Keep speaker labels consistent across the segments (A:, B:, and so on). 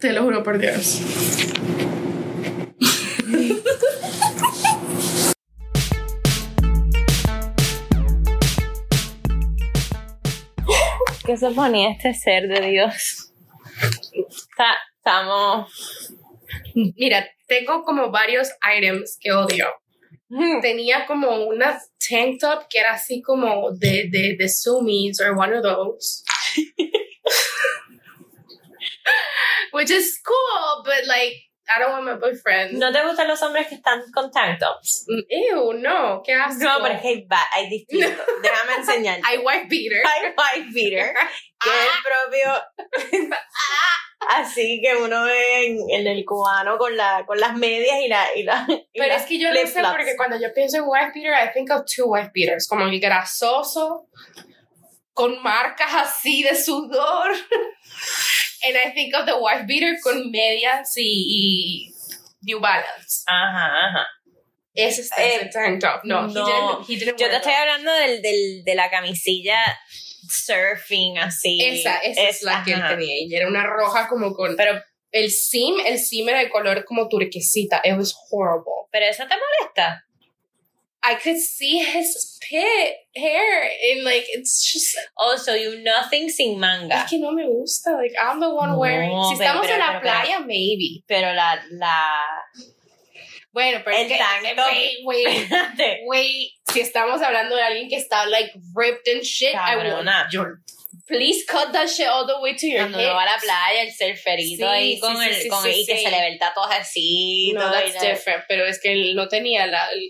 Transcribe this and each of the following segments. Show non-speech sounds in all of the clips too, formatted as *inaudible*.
A: Te lo juro por Dios.
B: ¿Qué se ponía este ser de Dios? Está- Estamos. *laughs*
A: Mira, tengo como varios items que odio. Tenía como una tank top que era así como de, de, de Sumis or one of those. *laughs* Which is cool, but like, I don't want my boyfriend.
B: ¿No te gustan los hombres que están con tank tops?
A: Mm, Ew, no, qué asco.
B: No, pero es que hay, va- hay distintos. Déjame
A: *laughs*
B: enseñarte.
A: I wife beater.
B: Hay white beater, que es
A: Ah. *laughs*
B: el propio. Así que uno ve en, en el cubano con, la, con las medias y la. Y la y
A: Pero
B: las
A: es que yo no sé
B: flip-flops.
A: porque cuando yo pienso en wife beater, I think of two wife beaters, como el grasoso, con marcas así de sudor. *laughs* And I think of the wife beater con medias y, y New Balance.
B: Ajá, ajá.
A: Ese es el
B: Eh,
A: tank top. No,
B: no.
A: He didn't, he didn't
B: Yo
A: wear
B: te estoy
A: that.
B: hablando del, del, de la camisilla surfing, así.
A: Esa, esa es, la que él
B: ajá.
A: tenía. Y era una roja como con...
B: Pero,
A: el seam, el seam era de color como turquesita. It was horrible.
B: pero esa te molesta.
A: I could see his pit hair and like it's just
B: Oh, so you nothing sin manga.
A: es que no me gusta like I'm the one
B: No,
A: wearing si
B: pero-
A: estamos
B: pero-
A: en la
B: pero-
A: playa maybe
B: Pero la. la... *laughs*
A: bueno pero es
B: El
A: que-
B: tank top.
A: wait wait
B: Espérate.
A: wait si estamos hablando de alguien que está like ripped and shit I will
B: Cabrona.
A: please cut that shit all the way to your
B: Cuando
A: hips.
B: uno va a la playa, el surferito
A: Sí,
B: ahí
A: sí,
B: con
A: sí,
B: el.
A: sí,
B: con
A: sí,
B: el- y que
A: sí.
B: se le ve el tatuaje
A: no
B: así.
A: that's
B: todo y la-
A: different pero es que él no tenía la el-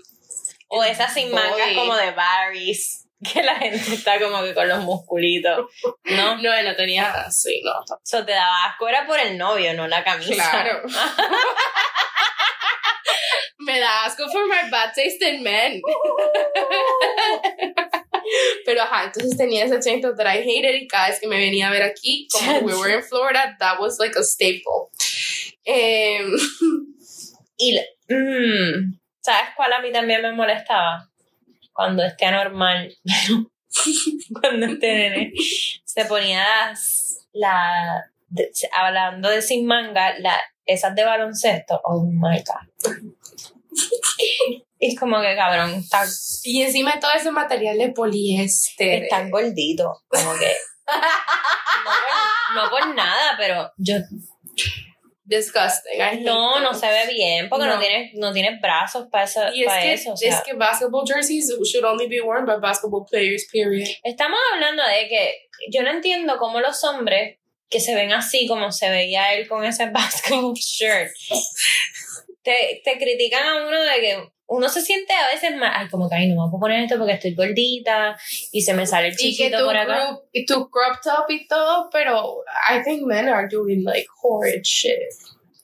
B: O esas sin mangas
A: Boy.
B: como de Barry's, *laughs* que la gente está como que con los musculitos, ¿no?
A: *laughs* no él no tenía sí no
B: Eso te daba asco, era por el novio, no la camisa.
A: claro
B: *laughs*
A: me da asco for my bad taste in men *laughs* Pero ajá, entonces tenía ese acento that I hated y cada vez que me venía a ver aquí, como we were in Florida, that was like a staple. Em,
B: Y, la- mm, ¿sabes cuál a mí también me molestaba? Cuando esté anormal, *laughs* cuando este nene se ponía las, la, de- hablando de sin manga, la, esas de baloncesto, oh my god. Es como que cabrón, está
A: y encima de todo ese material de poliéster.
B: Están gorditos, como que. No por, no por nada, pero yo
A: Disgusting. I hate
B: no, no
A: those.
B: se ve bien porque no,
A: No.
B: tienes, no tienes brazos para eso.
A: Y es
B: para
A: que,
B: eso o sea.
A: es que basketball jerseys should only be worn by basketball players, period.
B: Estamos hablando de que yo no entiendo cómo los hombres que se ven así como se veía él con ese *laughs* basketball shirt te, te critican a uno de que uno se siente a veces mal, ay, como que ay, no me puedo poner esto porque estoy gordita y se me sale el
A: Y que
B: chichito
A: tu,
B: por acá.
A: group, y tu crop top y todo, pero I think men are doing like horrid shit.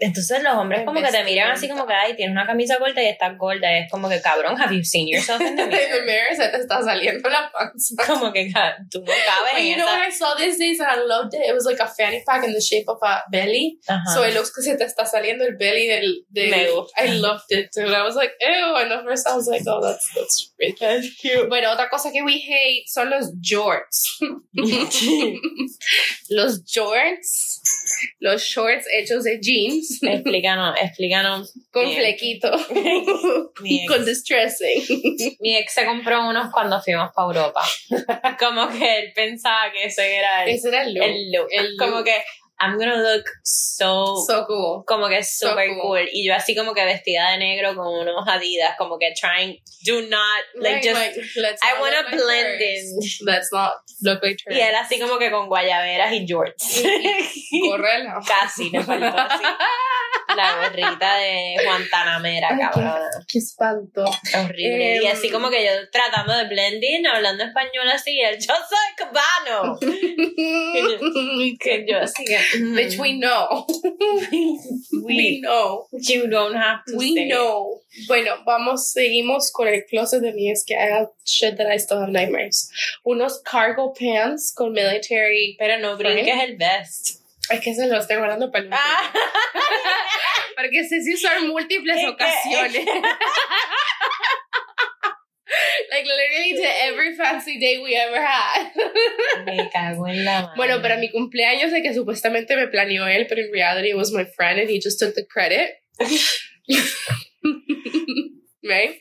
B: Entonces los hombres como que te miran así como que, ay, tienes una camisa corta y estás gorda. Y es como que, cabrón, have you seen yourself
A: *laughs*
B: *laughs* in the
A: En el
B: mirror?
A: mirror se te está saliendo la panza.
B: como que ca- tú no cabes
A: But you
B: en
A: know what
B: Ah, esa...
A: I saw these days and I loved it? It was like a fanny pack in the shape of a belly.
B: Ajá.
A: So it looks que se te está saliendo el belly del... del
B: Me gusta.
A: I loved it too. I was like, ew. And at first I was like, oh, that's, that's rich. That's cute. Bueno, otra cosa que we hate son los
B: *laughs*
A: jorts. los jorts. Los shorts hechos de jeans.
B: explícanos, explícanos.
A: Con
B: *laughs* Bien.
A: flequito.
B: Mi
A: y
B: ex,
A: con distressing.
B: mi ex se compró unos cuando fuimos para Europa. como que él pensaba que ese era el,
A: Ese era el look.
B: el look.
A: el look.
B: Como que, I'm gonna look so...
A: so cool.
B: como que super
A: cool.
B: cool. Y yo así como que vestida de negro con unos adidas, como que trying, do not, like
A: Right,
B: just
A: let's
B: I
A: not
B: wanna
A: look like
B: blend
A: turds. Let's not look like turds.
B: Y él así como que con guayaberas y jorts. *laughs*
A: Correla.
B: Casi le faltó así. La gorrita de Guantanamera,
A: Ay, qué-
B: cabrona.
A: Qué espanto.
B: Horrible. y
A: Em.
B: así como que yo tratando de blending, hablando español así, y él, yo soy cubano. Que yo así que... mm,
A: Bitch, we know. We
B: we-
A: know.
B: you don't have to
A: We
B: say it.
A: know. Bueno, vamos, seguimos con el closet de mí. Es que I have shit that I still have nightmares. Unos cargo pants con military.
B: Pero no brinques el best.
A: Es que se los estoy guardando para el
B: Ah.
A: último. Porque
B: *laughs*
A: sé si son múltiples
B: Es que-
A: ocasiones. like literally to every fancy day we ever had.
B: *laughs* Me cago en la madre.
A: Bueno, para mi cumpleaños de que supuestamente me planeó él, pero in reality it was my friend and he just took the credit. *laughs* right?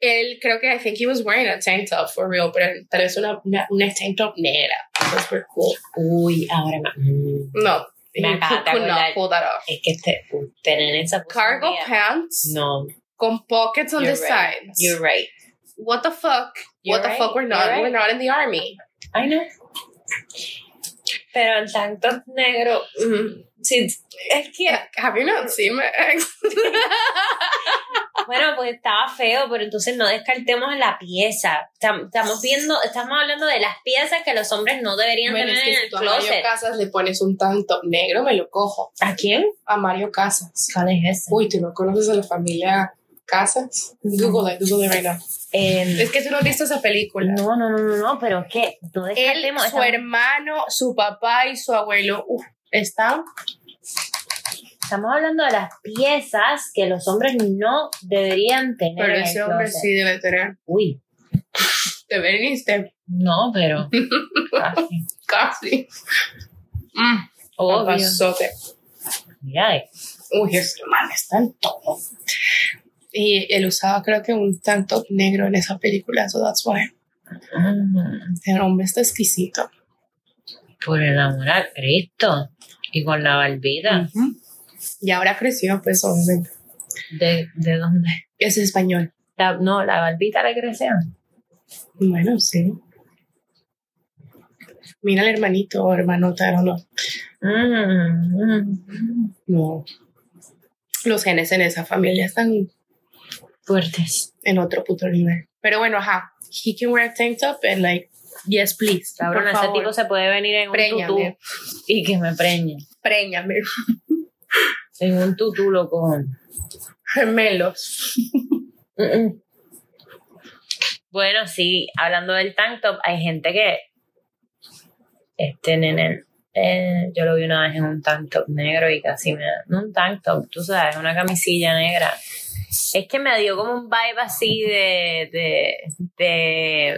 A: Él creo que I think he was wearing a tank top for real, pero tal vez una, una, una tank top negra. That's pretty cool.
B: Uy, ahora me... mm,
A: No, he
B: Me
A: could,
B: acabo de
A: could
B: acordar.
A: not pull that off.
B: Es que este, tener esa... puso
A: Cargo
B: mía.
A: pants
B: No,
A: con pockets on
B: You're
A: the
B: right.
A: sides.
B: you're right.
A: what the fuck?
B: You're
A: what the
B: right.
A: fuck? We're not.
B: You're right.
A: We're not in the army.
B: I know. Pero el tank top negro... mm, sí, es que...
A: Have you not seen my
B: *laughs*
A: ex? *laughs*
B: Bueno, pues estaba feo, pero entonces no descartemos la pieza. Tam- Estamos viendo, estamos hablando de las piezas que los hombres no deberían
A: Bueno,
B: tener
A: es que
B: en
A: si
B: el
A: tú a Mario
B: closet.
A: Casas le pones un tanto negro, me lo cojo.
B: ¿A quién?
A: A Mario Casas.
B: ¿Cuál es ese?
A: Uy, ¿tú no conoces a la familia Casas? Google it, Google it right now.
B: Eh,
A: Es que tú no has visto esa película.
B: no, no, no, no, no, pero es que no
A: Él,
B: descartemos.
A: su
B: Estamos,
A: hermano, su papá y su abuelo uf, están
B: estamos hablando de las piezas que los hombres no deberían tener
A: Pero
B: en el
A: ese hombre
B: closet.
A: sí debe tener.
B: Uy,
A: Te veniste
B: no,
A: *laughs*
B: pero... Casi.
A: casi. Mm,
B: Obvio.
A: papazote.
B: Mira, eh,
A: Uy, este man está en todo. Y él usaba, creo que un tanto negro en esa película, so that's why.
B: mm,
A: El hombre está exquisito.
B: por el amor a Cristo. Y con la barbita.
A: Ujú. Y ahora creció, pues, obviamente. Mm.
B: ¿De, ¿De dónde?
A: Es español.
B: La- no, la barbita le creció.
A: Bueno, sí. Mira al hermanito o hermanota, no, no.
B: Mm, mm,
A: No. Los genes en esa familia están
B: fuertes.
A: en otro puto nivel. Pero bueno, ajá. He can wear a tank top and like, yes, please.
B: Cabrón,
A: por
B: ese
A: favor.
B: tipo se puede venir en un
A: Préñame.
B: tutú y que me preñe.
A: Préñame. *laughs*
B: En un tutú lo cojo.
A: Gemelos.
B: Mm, mm. Bueno, sí, hablando del tank top, hay gente que. Este nene. eh, yo lo vi una vez en un tank top negro y casi me. No un tank top, tú sabes, una camisilla negra. Es que me dio como un vibe así de. de. de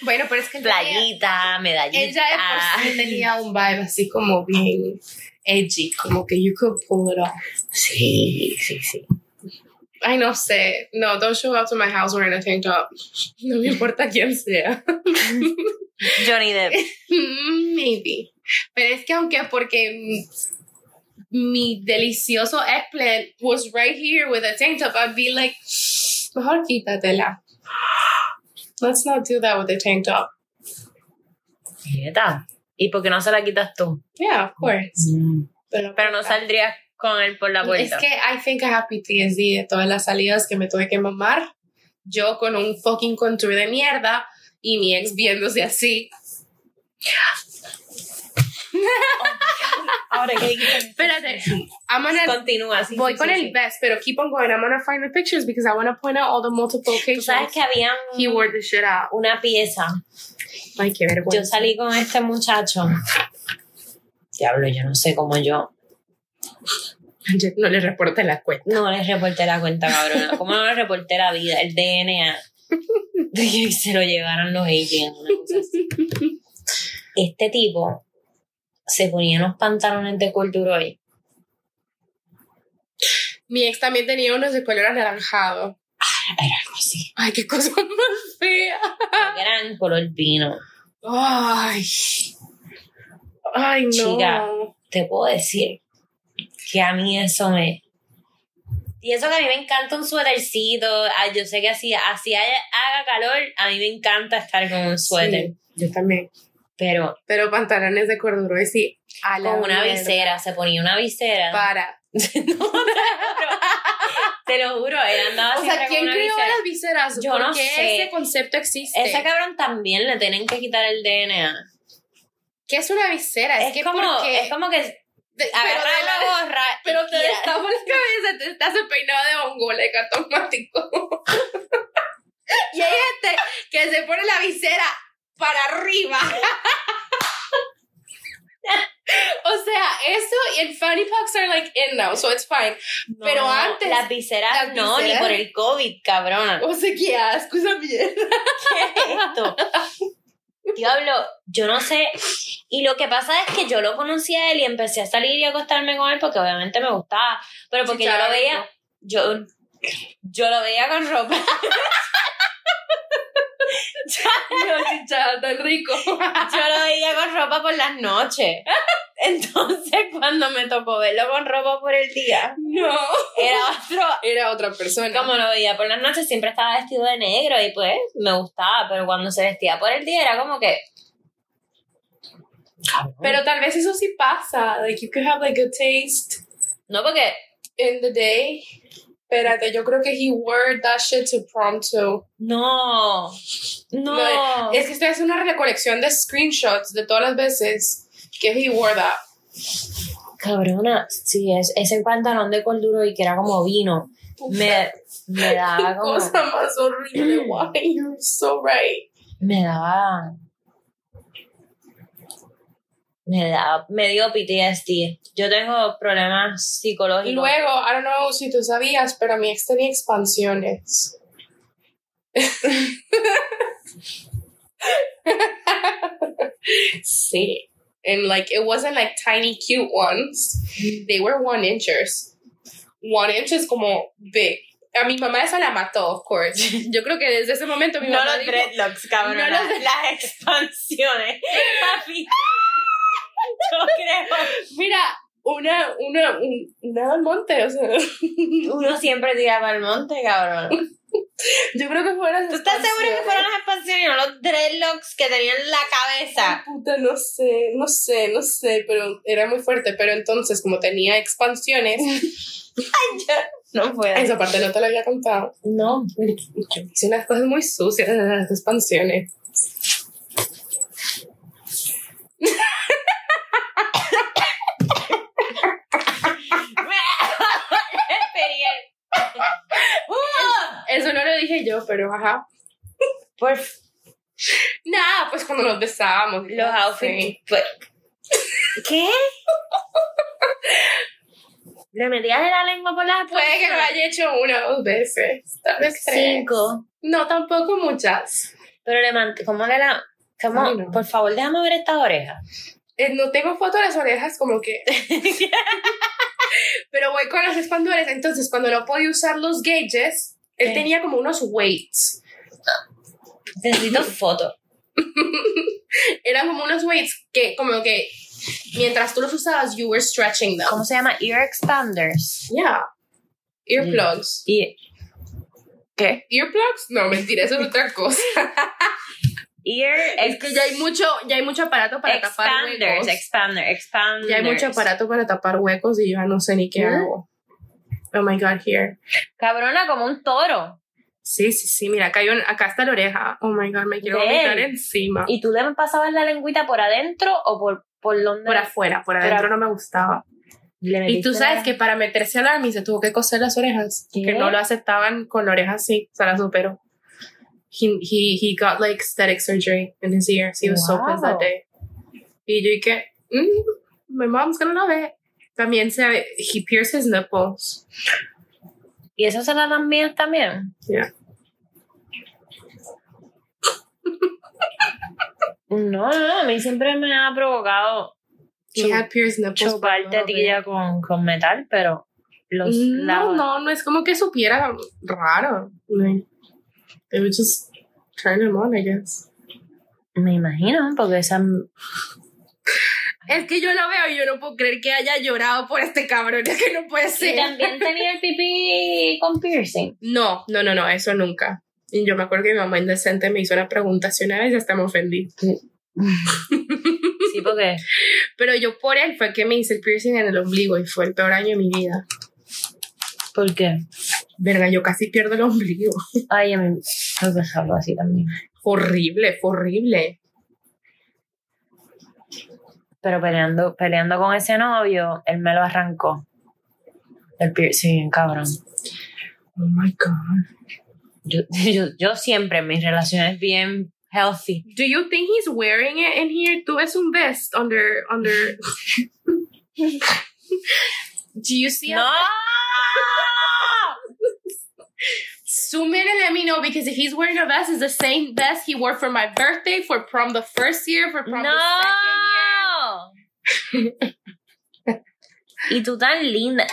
A: Bueno, pero es que
B: playita, medallita.
A: Ella de por sí tenía un vibe así como bien edgy, como que you could pull it off.
B: Sí, sí, sí.
A: Ay, no sé. No, don't show up to my house wearing a tank top. *laughs* No me importa quién sea.
B: Johnny Depp.
A: Mm, Maybe. Pero es que aunque porque mm, mi delicioso eggplant was right here with a tank top, I'd be like, mejor quítatela. Let's not do that with a tank top.
B: Nieta. ¿Y por qué no se la quitas tú?
A: Yeah, of course.
B: Pero no saldrías con él por la
A: Es
B: puerta.
A: que I think I have PTSD de todas las salidas que me tuve que mamar. Yo con un fucking contour de mierda y mi ex viéndose así.
B: Ahora *laughs* que
A: Espérate, I'm gonna,
B: continúa. sí,
A: voy
B: sí,
A: con
B: sí,
A: el
B: sí.
A: best, pero keep on going. I'm gonna find the pictures because I wanna point out all the multiple
B: Tú
A: occasions
B: sabes que había un-
A: he wore the shit out.
B: una pieza.
A: Ay, qué
B: Yo
A: vergüenza.
B: salí con este muchacho. Diablo, yo no sé cómo yo.
A: *laughs* Yo no le reporté la cuenta.
B: No les reporté la cuenta,
A: *laughs*
B: cabrona. ¿Cómo no les reporté la vida? El DNA. De que se lo llevaron los aliens, una cosa así. Este tipo se ponía unos pantalones de
A: *laughs*
B: corduroy.
A: Mi ex también tenía unos de color anaranjado.
B: Ah, Era algo así.
A: Ay, qué cosa *laughs* más fea.
B: Porque eran color vino.
A: Ay. Ay, no.
B: Chica. Te puedo decir que a mí eso me. Y eso que a mí me encanta un suétercito. ah, Yo sé que así, así haya- haga calor, a mí me encanta estar con un suéter.
A: Sí, yo también.
B: Pero
A: Pero pantalones de corduroy sí. A la
B: con una
A: mierda.
B: visera, se ponía una visera.
A: Para.
B: Te lo juro, él andaba
A: O sea,
B: siempre
A: ¿quién
B: con Ah, una
A: creó este?
B: visera.
A: las viseras?
B: Yo
A: ¿Por
B: no
A: qué
B: sé.
A: ese concepto existe?
B: Ese cabrón también le tienen que quitar el DNA.
A: ¿Qué es una visera? Es,
B: Es,
A: que
B: como,
A: porque...
B: es como que
A: De- pero
B: agarra
A: de la-
B: la gorra. y
A: Pero te
B: tira.
A: destapa la cabeza, te estás el peinado de mongólica automático. *laughs* y hay gente que se pone la visera para arriba. *laughs* O sea, eso y el fanny packs are like in now, so it's fine.
B: No,
A: Pero antes-
B: Las viseras
A: las
B: no,
A: viseras-
B: ni por el COVID, cabrona.
A: O sea, qué asco esa mierda.
B: ¿Qué es esto? Diablo, yo no sé. Y lo que pasa es que yo lo conocí a él y empecé a salir y a acostarme con él porque obviamente me gustaba. Pero porque yo lo
A: Chicharro.
B: veía. Yo, yo lo veía con ropa. *laughs*
A: *laughs* No, chichada, tan rico. *laughs*
B: Yo lo veía con ropa por las noches. *laughs* Entonces, cuando me tocó verlo con ropa por el día,
A: No.
B: era otro.
A: Era otra persona.
B: Como lo veía por las noches, siempre estaba vestido de negro y pues me gustaba, pero cuando se vestía por el día era como que.
A: Pero tal vez eso sí pasa. Like, you could have like good taste
B: No, porque.
A: in the day. Espérate, yo creo que he wore that shit to prom too.
B: No. No.
A: Es que estoy haciendo una recolección de screenshots de todas las veces que he wore that.
B: Cabrona, sí, es, ese pantalón de corduro y que era como vino. Me, *laughs* me daba como.
A: Cosa más horrible. Why? You're so right.
B: Me daba. Me daba. Me dio PTSD. Yo tengo problemas
A: Y
B: psicológicos.
A: luego, I don't know si tú sabías, pero mi ex tenía expansiones.
B: Sí.
A: and like it wasn't like tiny cute ones. They were one inchers. One inch is como big. A mi mamá esa la mató, of course. *laughs* Yo creo que desde ese momento mi
B: No
A: mamá
B: los
A: dijo,
B: dreadlocks, cabrón.
A: No los-
B: Las *laughs* expansiones. Papi. Yo creo.
A: mira, una, una, un- una del monte, o sea. *laughs*
B: Uno siempre tira para el monte, cabrón.
A: Yo creo que fueron.
B: ¿Tú estás seguro que fueron las expansiones, no los dreadlocks que tenían en la cabeza?
A: Puta, no sé, no sé, no sé, pero era muy fuerte. Pero entonces, como tenía expansiones, *laughs*
B: No puedo.
A: esa parte no te la había contado.
B: No.
A: Hice unas cosas muy sucias en las expansiones. Eso no lo dije yo, pero ajá.
B: Por
A: Nada, pues cuando nos besábamos.
B: los outfits.
A: Ah, Sí.
B: pues- ¿Qué? ¿Le metías de la lengua por
A: *laughs*
B: las
A: Puede que lo haya hecho una o dos veces. Tal vez tres.
B: Cinco.
A: No, tampoco muchas.
B: Pero le mant- ¿Cómo le la.? cómo-
A: Ay, no.
B: Por favor, déjame ver estas orejas.
A: Eh, no tengo foto de las orejas como
B: *laughs*
A: que... Pero voy con los expandores. Entonces, cuando no podía usar los gauges, él
B: Sí.
A: tenía como unos weights. *laughs*
B: Necesito fotos.
A: Eran como unos weights que como que mientras tú los usabas, you were stretching them.
B: ¿Cómo se llama? Ear expanders.
A: Yeah. Earplugs.
B: Y- ¿Qué?
A: ¿Earplugs? No, mentira, eso es otra
B: *laughs*
A: cosa.
B: Ear
A: Es que ya hay mucho, ya hay mucho aparato para tapar
B: expanders.
A: huecos.
B: Expander, expander.
A: Ya hay mucho aparato para tapar huecos y yo ya no sé ni qué
B: ¿Mm?
A: hago. Oh my god, here.
B: Cabrona, como un toro.
A: Sí, sí, sí, mira, acá, hay un- acá está la oreja. Oh my god, me quiero
B: Ven.
A: vomitar encima.
B: ¿Y tú le pasabas la lengüita por adentro o por, por donde?
A: por afuera, por adentro no me gustaba.
B: le
A: Y tú
B: metiste
A: sabes
B: la-
A: que para meterse al army se tuvo que coser las orejas,
B: ¿Qué?
A: que no lo aceptaban con la oreja así, o sea, la superó. He, he, he got like aesthetic surgery in his ears. He was so pissed that
B: Wow.
A: day. Y yo dije, mm, my mom's gonna love it. También se, he pierced his nipples.
B: ¿Y eso se la dan mías también?
A: Yeah.
B: No, no, a mí siempre me ha provocado
A: He
B: Chup-
A: had pierced nipples.
B: chupar
A: pero no lo
B: tetilla con, con metal, pero los
A: veía. No,
B: la-
A: no, no es como que supiera raro. Like, they would just turn him on, I guess.
B: me imagino, porque esa
A: Es que yo la veo y yo no puedo creer que haya llorado por este cabrón. *laughs* Es que no puede
B: Y también tenía el pipí con piercing.
A: No, no, no, no, eso nunca. Y yo me acuerdo que mi mamá indecente me hizo una pregunta hace una vez y hasta me ofendí.
B: Sí, porque
A: Pero yo por él fue que me hice el piercing en el ombligo y fue el peor año de mi vida.
B: ¿por qué?
A: Verga, yo casi pierdo el ombligo.
B: Ay, a mí me pasaba así también.
A: Horrible, fue horrible.
B: Pero peleando, peleando con ese novio, él me lo arrancó. El piercing, cabrón.
A: Oh my god.
B: *laughs* Yo, yo, yo siempre en mis relaciones bien healthy.
A: Do you think he's wearing it in here? Tú es un vest under *laughs* under. Do you see? a-
B: No!
A: Zoom in and let me know because if he's wearing a vest, it's the same vest he wore for my birthday, for prom the first year, for prom the second year.
B: *laughs* no. *laughs* y tú tan linda.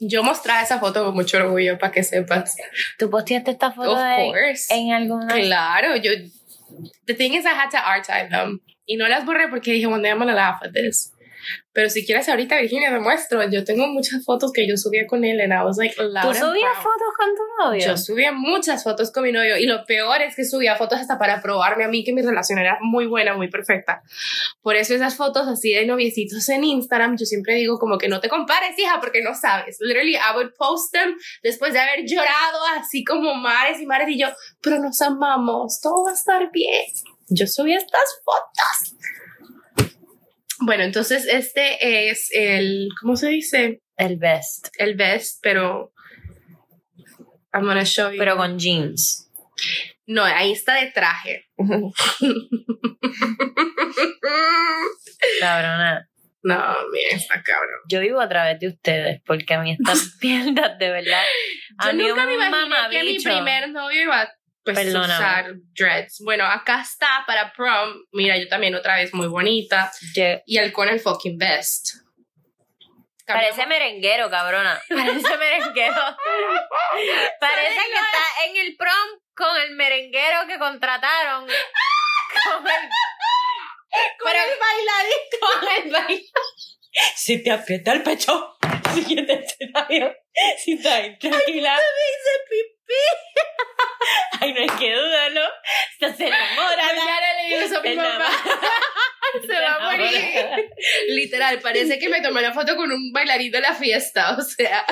A: Yo mostrar esa foto con mucho orgullo para que sepas.
B: Tú posteaste esta foto
A: Of
B: de,
A: course.
B: en alguna.
A: Claro, yo. The thing is, I had to archive them. Y no las borré porque dije, one day I'm gonna laugh at this. Pero si quieres, ahorita Virginia me muestro. Yo tengo muchas fotos que yo subía con él, and I was like, loud
B: ¿Tú
A: and
B: subías
A: proud.
B: fotos con tu novio?
A: Yo subía muchas fotos con mi novio y lo peor es que subía fotos hasta para probarme a mí que mi relación era muy buena, muy perfecta. Por eso esas fotos así de noviecitos en Instagram, yo siempre digo como que no te compares, hija, porque no sabes. Literally, I would post them después de haber llorado así como mares y mares y yo, pero nos amamos, todo va a estar bien. Yo subí estas fotos. Bueno, entonces este es el, ¿cómo se dice?
B: El best.
A: El best, pero... I'm gonna show you.
B: Pero
A: *laughs*
B: con jeans.
A: No, ahí está de
B: *laughs*
A: traje.
B: Cabrona.
A: No, mira, está cabrón.
B: Yo vivo a través de ustedes porque a mí
A: *laughs*
B: estas piernas, de verdad. A
A: Yo
B: mí
A: nunca
B: un
A: me imaginé que mi
B: mamabicho-
A: primer novio iba a pues,
B: Perdóname.
A: usar dreads. Bueno, acá está para prom. Mira, yo también otra vez muy bonita.
B: Yo-
A: Y él con el fucking best.
B: Parece merenguero, cabrona.
A: *laughs*
B: Parece merenguero. *laughs* Parece que está en el prom con el merenguero que contrataron. Con el, pero- *laughs*
A: bailarín. Con el bailarín.
B: Si te aprieta el pecho, *laughs* siguiente escenario. Si estás tranquila. *laughs* Ay, no hay que dudarlo. Estás enamorada.
A: Ya le digo eso a mi mamá. *laughs* Se va a morir. *laughs* Literal, parece que me tomé una foto con un bailarín de la fiesta, o sea,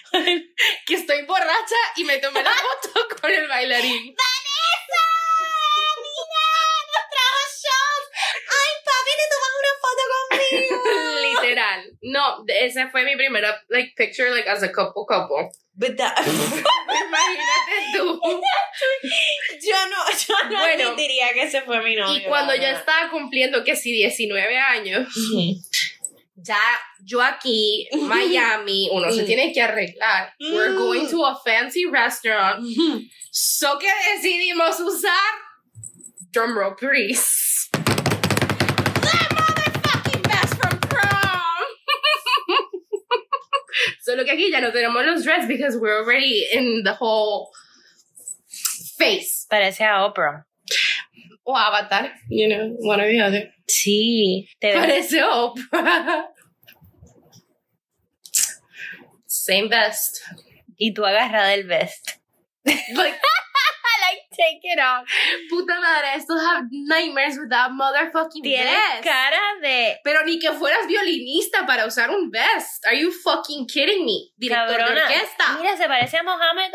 A: *laughs* que estoy borracha y me *laughs* tomé la foto con el bailarín. *laughs* Literal. No, de- esa fue mi primera like picture like as a couple couple.
B: ¿Verdad?
A: Imagínate *laughs* tú. *laughs*
B: Yo no, yo no
A: Bueno.
B: admitiría que ese fue mi novio.
A: Y cuando ya
B: está
A: estaba cumpliendo que si 19 años, ya yo *laughs* aquí, Miami, uno se tiene que arreglar. We're going to a fancy restaurant. So que decidimos usar drumroll please. The motherfucking best from prom. *laughs* Solo que aquí ya no tenemos los dreads because we're already in the whole face
B: Parece a Oprah.
A: o avatar, you know, one or the other.
B: Sí. Te ves-
A: Parece Oprah. Same vest. *laughs*
B: Y tú agarrada el vest.
A: Like
B: Like, take it off.
A: puta madre, I still have nightmares with that motherfucking
B: Tienes
A: vest.
B: cara de
A: Pero ni que fueras violinista para usar un vest. Are you fucking kidding me? Director de
B: Cabrona.
A: orquesta.
B: Mira, se parece a Mohamed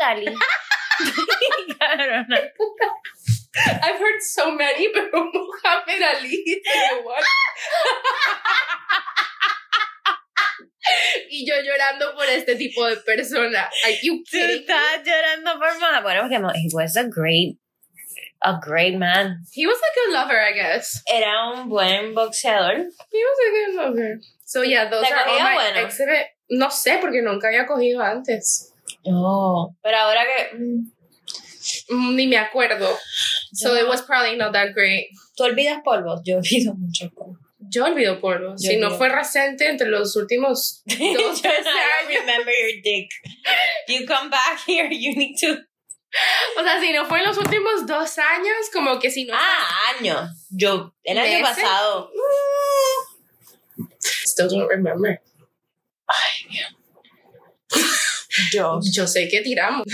A: *laughs*
B: Ali. *laughs* Cabrona.
A: I've heard so many, *laughs* pero Muhammad Ali is the one. y yo llorando por este tipo de persona. Are you
B: Tú
A: kidding? me?
B: estás llorando por Mohamed. Bueno, porque Mo- he was a great, a great man.
A: He was a good lover, I guess.
B: Era un buen boxeador.
A: He was a good lover. So yeah, those
B: ¿Te
A: are all
B: cogía
A: my
B: bueno?
A: exhibit. No sé, porque nunca había cogido antes.
B: Oh. Pero ahora que... mm,
A: Mm, Ni me acuerdo. So
B: Ya.
A: it was probably not that great.
B: ¿Tú olvidas polvos? Yo olvido muchos *laughs* polvos.
A: Yo olvido polvo.
B: Yo
A: si no
B: olvido.
A: fue reciente entre los
B: *laughs*
A: últimos dos,
B: Yo
A: tres
B: no, I don't
A: años.
B: remember your dick. You come back here, you need to...
A: O sea, si no fue en los últimos dos años, como que si no.
B: Ah, años. Yo, el año
A: ¿Meses? Mm.
B: pasado.
A: Still don't remember. *laughs*
B: Yo.
A: Yo sé que
B: *laughs*
A: tiramos.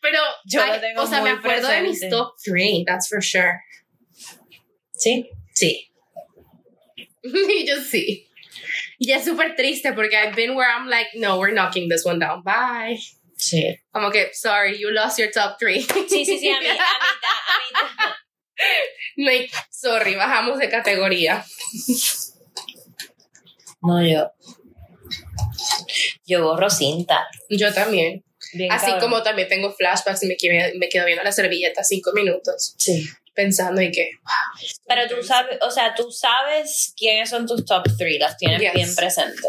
A: Pero,
B: Yo lo
A: ay,
B: tengo
A: o sea, me
B: muy
A: acuerdo de mis
B: presente.
A: top three, that's for sure.
B: ¿Sí? Sí.
A: *laughs* y yo sí. Y es súper triste porque I've been where I'm like, no, we're knocking this one down. Bye.
B: Sí.
A: Como que, sorry, you lost your top three.
B: Sí, sí, sí, a mí, a mí, ta- a mí ta-
A: *laughs* Like, sorry, bajamos de categoría.
B: No, yo. Yo borro cinta.
A: Yo también.
B: Bien
A: Así
B: cabrón.
A: como también tengo flashbacks y me quedo, me quedo viendo la servilleta cinco minutos
B: Sí.
A: pensando en que.
B: Pero tú sabes, o sea, tú sabes quiénes son tus top 3, las tienes
A: Yes.
B: bien presentes.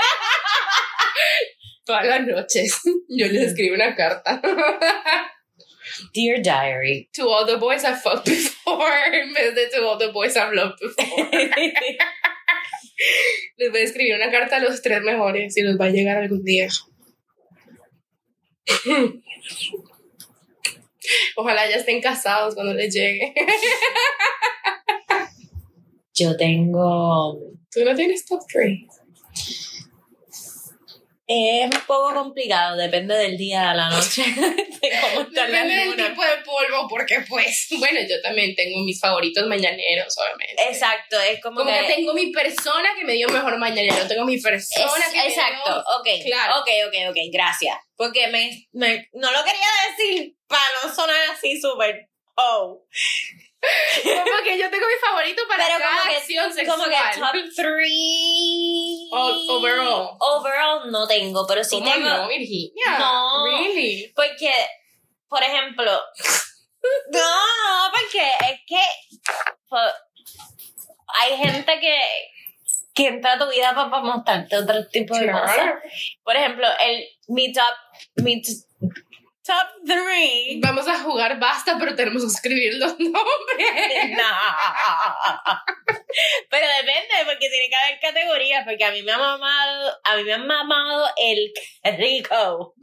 A: *laughs* Todas las noches yo les escribo una carta. *laughs*
B: Dear Diary.
A: to all the boys I've fucked before. *laughs* En vez de to all the boys I've loved before. *laughs* Les voy a escribir una carta a los tres mejores y nos va a llegar algún día. *laughs* Ojalá ya estén casados cuando les llegue.
B: *laughs*
A: *laughs*
B: Yo tengo...
A: Tú no tienes top 3.
B: Es un poco complicado, depende del día a la noche, *laughs* de cómo está
A: Depende
B: la
A: del
B: luna.
A: tipo de polvo, porque pues, *laughs* bueno, yo también tengo mis favoritos mañaneros, obviamente.
B: Exacto, es como,
A: Como que tengo mi persona que me dio mejor mañanero, tengo mi
B: Es-
A: persona que *laughs*
B: exacto,
A: me dio...
B: ok,
A: claro.
B: ok, ok, ok, gracias. Porque me, me- no lo quería decir para no sonar así súper, oh,
A: Como que yo tengo mi favorito para
B: Pero
A: cada
B: como que-
A: acción sexual.
B: como que top three.
A: O- overall.
B: Overall no tengo, pero sí
A: ¿Cómo
B: tengo,
A: no, Virginia?
B: No.
A: Really?
B: porque, por ejemplo, *laughs* no, no, porque es que po- hay gente que, que entra a tu vida para, mostrarte otro tipo de cosas.
A: Claro.
B: Por ejemplo, el, mi top, mi t- top three.
A: Vamos a jugar basta, pero tenemos que escribir los *laughs* nombres.
B: No. Pero depende, porque tiene que haber categorías, porque a mí me ha mamado, a mí me ha mamado el rico.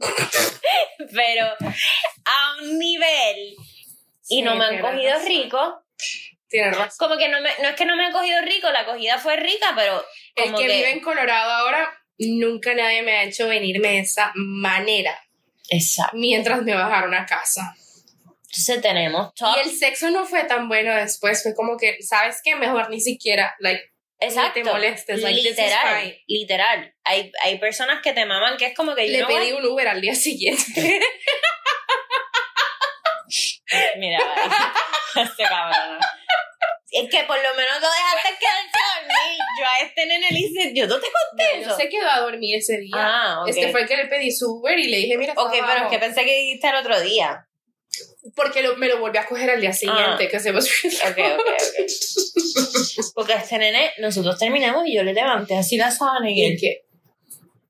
B: Pero a un nivel. Y
A: Sí,
B: no me han
A: tienes
B: cogido
A: razón.
B: rico.
A: Tienes razón.
B: Como que no me, no es que no me han cogido rico, la cogida fue rica, pero
A: El
B: como
A: que
B: que-
A: vive en Colorado ahora, nunca nadie me ha hecho venirme de esa manera
B: Exacto.
A: mientras me bajaron a casa.
B: Entonces tenemos top.
A: Y el sexo no fue tan bueno después. Fue como que, ¿sabes qué? Mejor ni siquiera, like,
B: Exacto.
A: ni te molestes. Like, this is
B: literal,
A: fine.
B: literal. Hay, hay personas que te maman que es como que yo
A: Le
B: no
A: pedí un Uber al día
B: *laughs*
A: siguiente.
B: Mira, *laughs* vale. este cabrón. Es que por lo menos no dejaste quedarse a dormir. Yo a este nene le hice, yo no te conté
A: No
B: eso.
A: se quedó a dormir ese día.
B: Ah, ok.
A: Este fue el que le pedí su Uber y le dije, mira, está
B: ok, pero es
A: abajo.
B: que pensé que dijiste el otro día.
A: porque lo- me lo volví a coger al día siguiente, que se me
B: Ah. Ok, ok, ok. Porque a este nene, nosotros terminamos y yo le levanté así la sábana y
A: *laughs* Y
B: él,
A: que,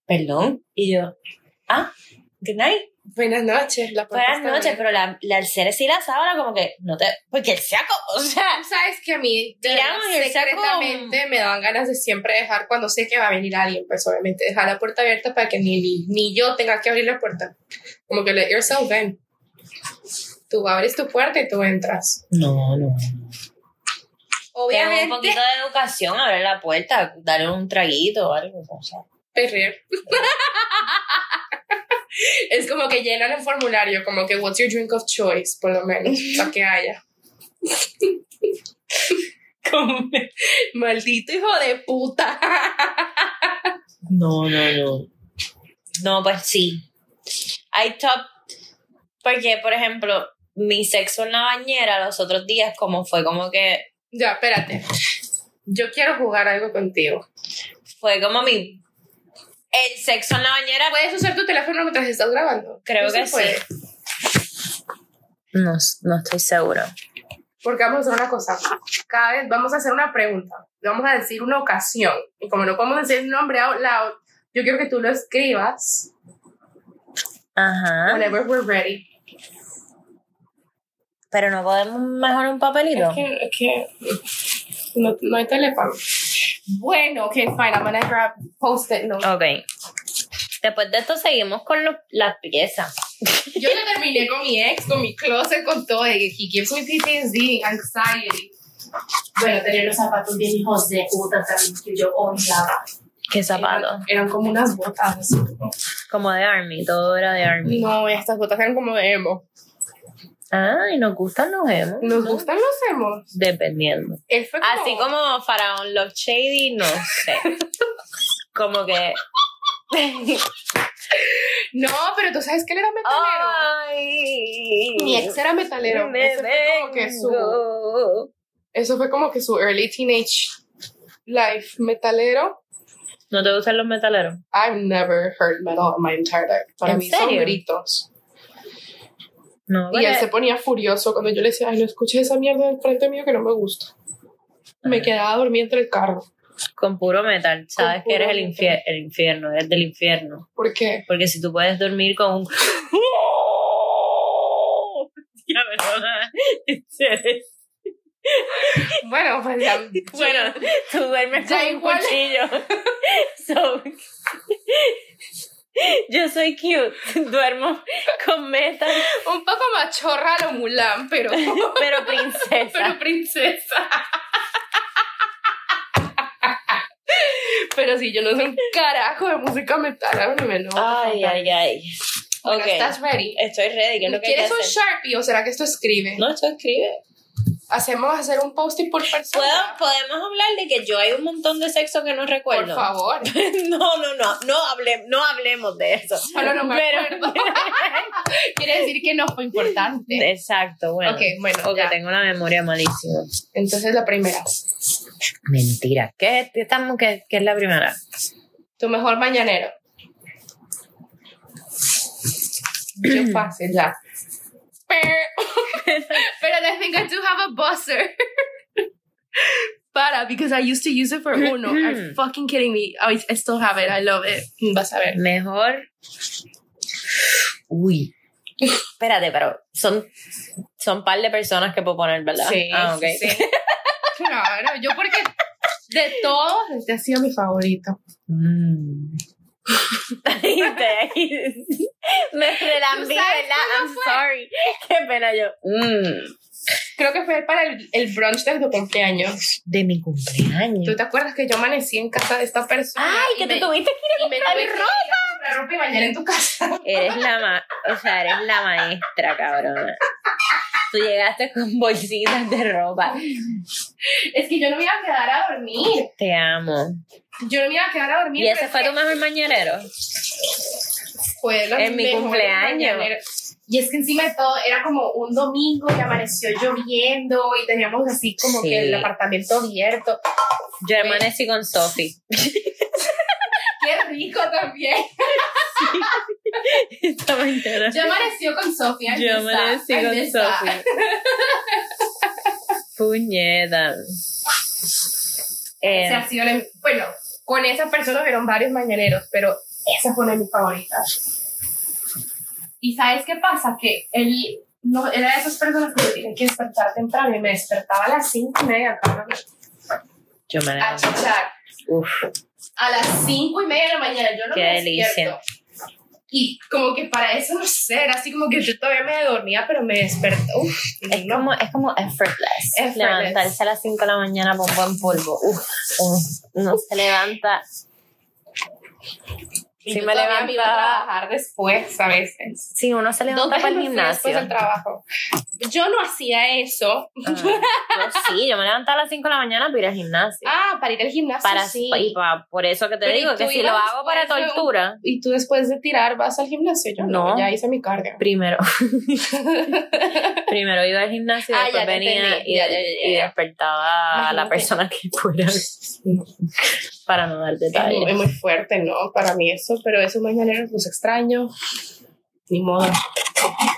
B: perdón. Y yo, ah, good night.
A: buenas noches. La puerta
B: Buenas
A: está
B: noches,
A: abierta".
B: pero la, la alcera sí la sábana como que no te... Porque él se aco- o sea...
A: *laughs* Sabes que a mí, de
B: Tiramos
A: verdad,
B: el saco.
A: secretamente, me dan ganas de siempre dejar cuando sé que va a venir alguien, pues obviamente dejar la puerta abierta para que ni, ni, ni yo tenga que abrir la puerta. Como que let yourself in. Tú abres tu puerta y tú entras.
B: No, no. Tengo un
A: Obviamente,
B: poquito de educación, abrir la puerta, darle un traguito o algo. o sea.
A: perrear. *laughs* es como que llenan el formulario, como que what's your drink of choice, por lo
B: *laughs*
A: menos, para que haya. Maldito hijo de puta. *laughs*
B: No, no, no. No, pues sí. Hay top. Porque, por ejemplo, mi sexo en la bañera los otros días, como fue como que.
A: ya, espérate. Yo quiero jugar algo contigo.
B: Fue como mi. El sexo en la bañera, pues.
A: ¿Puedes usar tu teléfono mientras estás grabando?
B: Creo
A: No
B: que
A: se puede.
B: sí. No, no estoy seguro.
A: Porque vamos a hacer una cosa. Cada vez vamos a hacer una pregunta. Le Vamos a decir una ocasión. Y como no podemos decir el nombre out loud, yo quiero que tú lo escribas
B: Ajá.
A: whenever we're ready.
B: Pero no podemos mejorar un papelito.
A: que, no, no hay teléfono. Bueno, ok, fine. I'm gonna grab post-it notes.
B: Ok. Después de esto seguimos con los- las piezas.
A: Yo ya terminé con mi ex, con mi closet, con todo. He gives me PTSD, anxiety. Bueno, tenía los zapatos bien hijos de puta también que yo odiaba.
B: ¿Qué zapato?
A: Eran, eran como unas botas. así.
B: Como de Army, todo era de Army.
A: No, estas botas eran como de emo.
B: Ah, y nos gustan los emos.
A: ¿Nos gustan los emos?
B: Dependiendo.
A: Él fue Ah, como...
B: Así como Faraón Love Shady, no sé. Como que.
A: No, pero tú sabes que él era metalero.
B: ¡Ay!
A: Mi ex era metalero.
B: me
A: Ese fue como que su...
B: vengo.
A: Eso fue como que su early teenage life metalero.
B: ¿No te gustan los metaleros?
A: I've never heard metal in my entire life. Para
B: ¿En
A: mí son
B: serio?
A: gritos.
B: No,
A: Y él
B: vale.
A: se ponía furioso cuando yo le decía, ay, no escuches esa mierda del frente mío que no me gusta. Me quedaba dormida entre el carro.
B: Con puro metal, sabes que
A: puro
B: eres el,
A: metal.
B: infier- el infierno, eres del infierno.
A: ¿Por qué?
B: Porque si tú puedes dormir con un... *laughs* Ya, *laughs* perdona.
A: *laughs* Bueno, pues *laughs* ya.
B: bueno, tú duermes
A: Ya
B: con un
A: igual.
B: cuchillo. *laughs* So, *laughs* yo soy cute, *laughs* duermo con metal,
A: un poco machorra a lo Mulan, *laughs* pero,
B: *laughs* pero princesa.
A: pero princesa. pero sí, yo no soy un carajo de música metal. a mí me no.
B: ay, ay, ay.
A: Bueno,
B: Ok,
A: ¿Estás ready?
B: estoy ready, ¿qué es lo que hay que
A: Eh, ¿Quieres un
B: hacer?
A: Sharpie o será que esto escribe?
B: No, esto escribe.
A: Hacemos hacer un posting por
B: ¿Puedo,
A: persona.
B: podemos hablar de que yo hay un montón de sexo que no recuerdo.
A: Por favor.
B: *laughs* No, no, no, no, hable, no hablemos de eso.
A: Solo no me acuerdo. *laughs* Quiere decir que no fue importante.
B: *laughs* Exacto, bueno.
A: Ok, bueno,
B: Ok,
A: ya.
B: tengo la memoria malísima.
A: Entonces la primera.
B: Mentira. ¿Qué, qué estamos, qué, qué es la primera?
A: Tu mejor mañanero. Yo fácil, ya. Pero I think I do have a buzzer. Para, because I used to use it for uno.
B: Mm-hmm.
A: Are you fucking kidding me? I, I still have it. I love it. Vas a ver.
B: Mejor. Uy. Espérate, pero son son par de personas que puedo poner, ¿verdad? Ah, ok.
A: sí. Claro, yo porque de todos, este ha sido mi favorito.
B: Mm. *laughs* Me
A: ¿Tú
B: relambí,
A: sabes
B: ¿verdad? I'm sorry. Qué pena yo. Mm.
A: Creo que fue para el, el brunch de tu cumpleaños.
B: De mi
A: ¿Tú
B: cumpleaños.
A: te acuerdas que yo amanecí en casa de esta persona?
B: Ay,
A: y
B: que Eh.
A: me-
B: te tuviste
A: Y me tuve que ir a comprar ropa y bañar en tu casa.
B: Eres la ma o sea, eres la maestra, cabrona. Tú llegaste con bolsitas de ropa.
A: Es que yo no me iba a quedar a dormir.
B: Te amo.
A: Yo no me iba a quedar a dormir.
B: ¿Y ese
A: pero
B: fue tu mejor mañanero?
A: fue lo
B: en mi
A: mejor
B: cumpleaños.
A: mañanero. Y es que encima de todo era como un domingo y amaneció lloviendo y teníamos así como
B: Sí.
A: que el apartamento abierto.
B: Yo amanecí con Sophie.
A: *laughs* Qué rico
B: *laughs*
A: también.
B: Esta mañana.
A: Yo amaneció con Sofía. ahí
B: Yo
A: está,
B: amanecí
A: ahí
B: con
A: está. *laughs*
B: Sophie. Puñeta. Eh,
A: Ese ha sido el- bueno, con esa persona vieron varios mañaneros, pero esa fue una de mis favoritas. ¿Y sabes qué pasa? Que él no, era de esas personas que se tienen que despertar temprano y me despertaba a las 5 y media de la tarde
B: yo me
A: a
B: levanté.
A: chichar.
B: Uf,
A: A las 5 y media de la mañana, yo no
B: Qué
A: me
B: delicia.
A: despierto. Y como que para eso, no sé, era así como que yo todavía me dormía, pero me despertó. Uf,
B: es,
A: no.
B: como, es como effortless.
A: Effortless.
B: Levantarse a las 5 de la mañana con buen polvo. Uf, uno, uno se levanta.
A: Y
B: Sí
A: yo
B: me
A: todavía iba a
B: levantaba.
A: trabajar después a veces.
B: Sí, uno se
A: ¿Dónde *laughs*
B: levanta para el gimnasio.
A: Después del trabajo. Yo no hacía eso.
B: Ah, yo sí, yo me levantaba a las 5 de la mañana para ir al gimnasio.
A: Ah, para ir al gimnasio.
B: para,
A: sí.
B: y pa- por eso que te
A: Pero ¿y
B: digo
A: tú
B: que si lo
A: ibas
B: hago para
A: después de un-
B: tortura.
A: ¿Y tú después de tirar vas al gimnasio? Yo no,
B: No.
A: ya hice mi
B: *laughs*
A: cardio. *laughs*
B: Primero. Primero iba al gimnasio,
A: Ah,
B: después
A: ya te
B: venía
A: entendí.
B: y,
A: Ya, ya, ya,
B: y
A: ya.
B: despertaba a la
A: Imagínate.
B: persona que fuera para no dar
A: Es muy, es
B: detalles.
A: muy fuerte, ¿no? Para mí eso, pero esos mañaneros los extraño. Ni modo.
B: Ah,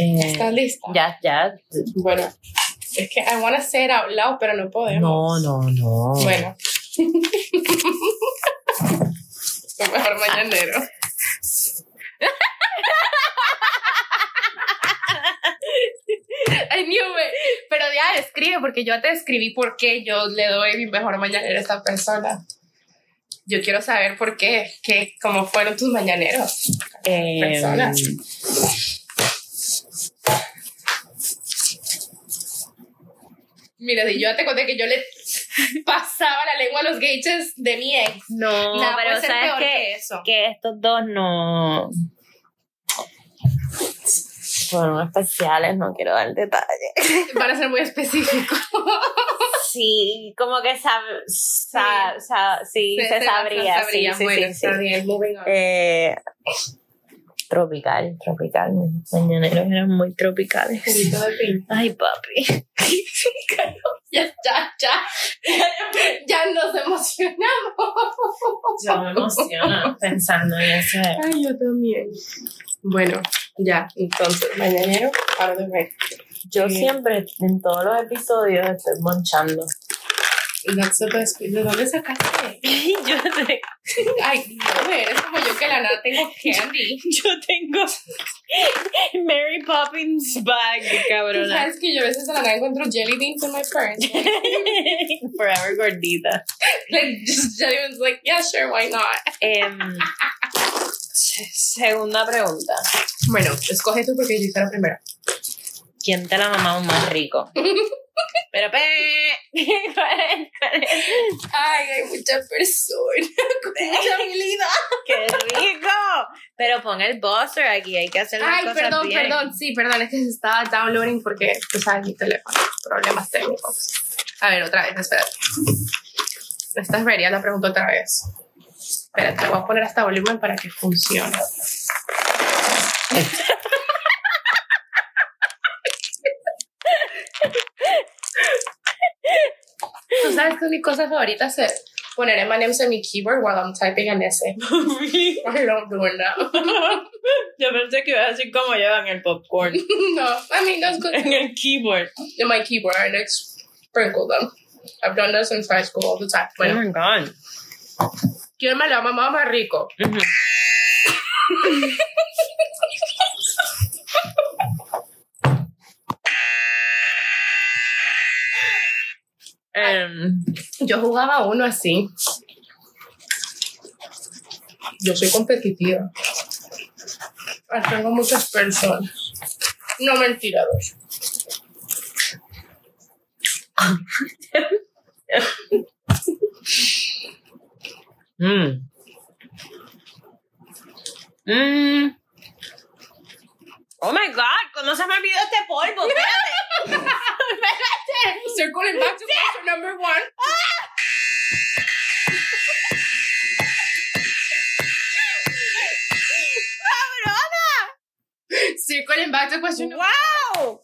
B: Eh,
A: ¿Estás lista?
B: ya, ya.
A: Bueno, es que I wanna say it out loud, pero no
B: No,
A: podemos.
B: no, no.
A: Bueno. *laughs* Tu mejor mañanero. I knew it. Pero ya describe, porque yo te escribí por qué yo le doy mi mejor mañanero a esta persona. Yo quiero saber por qué, qué cómo fueron tus mañaneros.
B: Eh,
A: personas. Mira, si yo ya te conté que yo le *laughs* pasaba la lengua a los gauges de mi ex.
B: No,
A: Nada
B: pero
A: puede ser
B: sabes
A: peor
B: que,
A: que eso.
B: que estos dos no. Fueron especiales, no quiero dar detalles.
A: *laughs* Van a ser muy
B: *laughs*
A: específicos.
B: Sí, como que sab, sa- sa- sí, se,
A: se- se
B: sabría. sí,
A: sabría.
B: sí,
A: bueno,
B: sí, sí.
A: está bien, moving on.
B: Eh, tropical, tropical. Mis mañaneros eran muy tropicales.
A: Juguito *laughs* de piña.
B: Ay, papi.
A: *laughs* ya, ya, ya. Ya sea, nos emocionamos.
B: Yo me emociono
A: *laughs*
B: pensando en ese.
A: Ay, yo también. Bueno, ya, entonces, mañanero, ahora de ver.
B: Yo
A: Sí.
B: siempre, en todos los episodios,
A: *laughs*
B: estoy monchando.
A: That's the best. ¿De dónde sacaste?
B: yo, te-
A: *laughs* Ay, no, eres como yo que la nada tengo candy.
B: *laughs* yo tengo Mary Poppins bag,
A: Tú *laughs* sabes que yo a veces de la nada encuentro jelly beans in my purse.
B: *laughs* Forever gordita.
A: Like, just jelly beans, like, yeah, sure, why not?
B: Em, se- segunda pregunta.
A: Bueno, escoge tú porque yo hice la primera.
B: ¿Quién te la mamamos más rico? Pero, pe- ¿cuál es? ¿Cuál es?
A: Ay, hay muchas personas *laughs* con mucha habilidad.
B: ¡Qué rico! Pero pon el buzzer aquí, hay que hacer las
A: Ay,
B: cosas
A: perdón,
B: bien.
A: perdón, sí, perdón, es que se estaba downloading porque, tú sabes, mi teléfono, problemas técnicos. A ver, otra vez, espérate. ¿Estás ready? Ya La pregunta otra vez. Espérate, voy a poner hasta volumen para que funcione. ¿Tú sabes que es mi cosa favorita es poner M&M's en mi keyboard while I'm typing an essay? I love doing that.
B: *laughs*
A: *laughs*
B: yo pensé que iba a decir cómo llevan el popcorn
A: No, I mean, that's good.
B: en el keyboard.
A: in my keyboard. I like sprinkle them. I've done this since high school all the time.
B: Oh
A: Bueno,
B: my god.
A: ¿quién me la mamá más rico? *laughs*
B: Ujú. Em,
A: Yo jugaba uno así. Yo soy competitiva. Ah, Tengo muchas personas. No mentira, dos.
B: mm. Mm. Oh my god, ¿cómo se me olvidó este polvo? Espérate.
A: *laughs* Circling back to question number one. Circling back to question number
B: ¡Wow!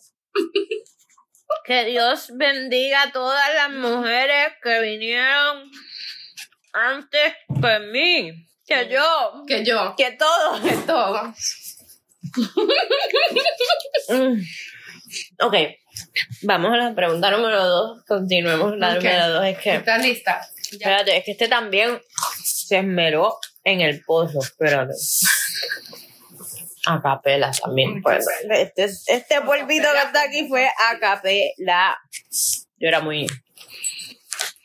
B: que Dios bendiga a todas las mujeres que vinieron antes que mí, que yo,
A: Que yo.
B: que todos.
A: Que todo.
B: Mm. Ok, vamos a la pregunta número dos. Continuemos la
A: Ok.
B: número dos. Es que,
A: ¿Estás lista? Ya.
B: espérate, es que este también se esmeró en el pozo. Espérate. A capela también. Pues. Este, este polvito que está aquí fue a capela. Yo era muy.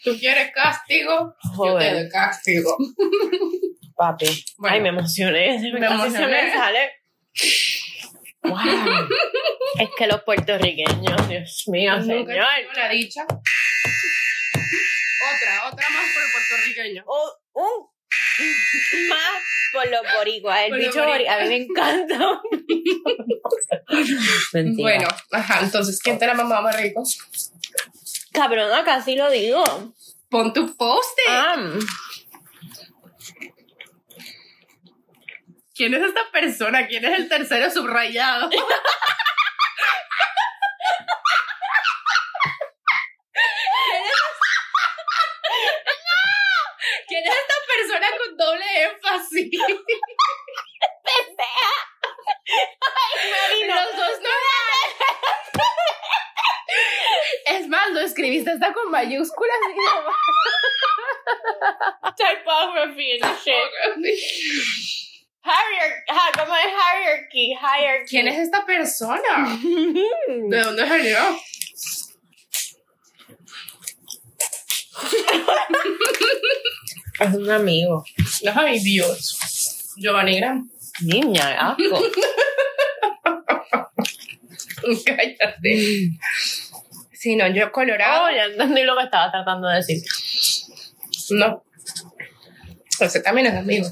A: ¿Tú quieres castigo? Yo te
B: Joder,
A: doy castigo.
B: papi.
A: Bueno.
B: Ay, me emocioné.
A: Me
B: Me emocioné. Se me
A: emocioné.
B: sale. Wow. es que los puertorriqueños, Dios mío,
A: Nunca he
B: señor.
A: tenido la dicha. Otra, otra más por el puertorriqueño.
B: O- un más por los boricuas. El
A: Por los
B: bicho boricua.
A: boricuas.
B: A mí me encanta. Mentira.
A: Bueno, ajá, entonces, ¿quién te la mamá más rico?
B: Cabrona, casi lo digo.
A: Pon tu poste.
B: Ah,
A: ¿Quién es esta persona? ¿Quién es el tercero subrayado? *laughs* ¿Quién es esta persona con doble énfasis?
B: Marino.
A: Los dos no- *laughs* Es más, lo escribiste hasta con mayúsculas. *laughs*
B: Typography and shit. Hierarchy. ah, ¿Cómo es hierarchy? Hierarchy.
A: ¿Quién es esta persona? ¿De dónde salió?
B: *laughs* Es un amigo.
A: Ay, Dios. Giovanni Gran.
B: Niña, asco.
A: *laughs*
B: Oh,
A: Cállate. Sí, no, yo colorado.
B: Oh, ya entendí lo que estaba tratando de decir.
A: No. Ese también es *laughs* amigo.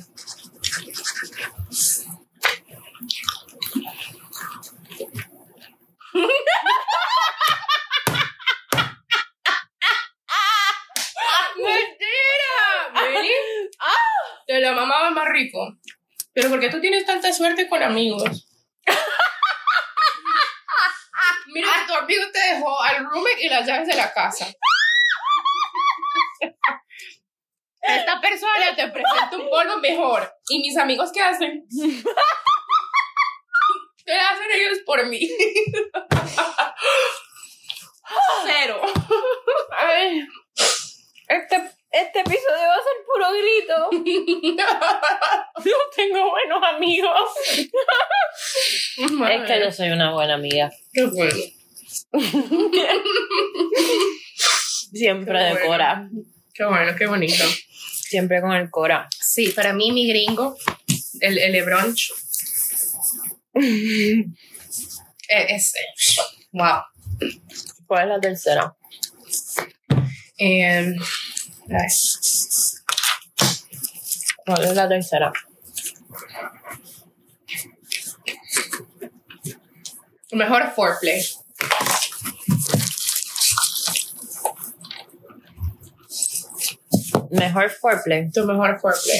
A: ¡Mentira! ¿Really? Te la mamaba más rico. Pero ¿por qué tú tienes tanta suerte con amigos? Mira, tu amigo te dejó al roommate y las llaves de la casa. Esta persona te presenta un polvo mejor. ¿Y mis amigos qué hacen? ¿Qué hacen ellos por mí? Cero.
B: Ay, este, este episodio va a ser puro grito. No tengo buenos amigos. Es que yo soy una buena amiga.
A: Qué bueno. *laughs*
B: Siempre
A: Qué
B: de
A: bueno.
B: Cora.
A: Qué bueno, qué bonito.
B: Siempre con el Cora.
A: Sí, para mí mi gringo, el, el Lebron, e- ese. Wow.
B: ¿Cuál es la tercera?
A: Em, ay,
B: ¿Cuál es la tercera?
A: mejor foreplay.
B: Mejor foreplay.
A: Tu mejor *laughs* foreplay.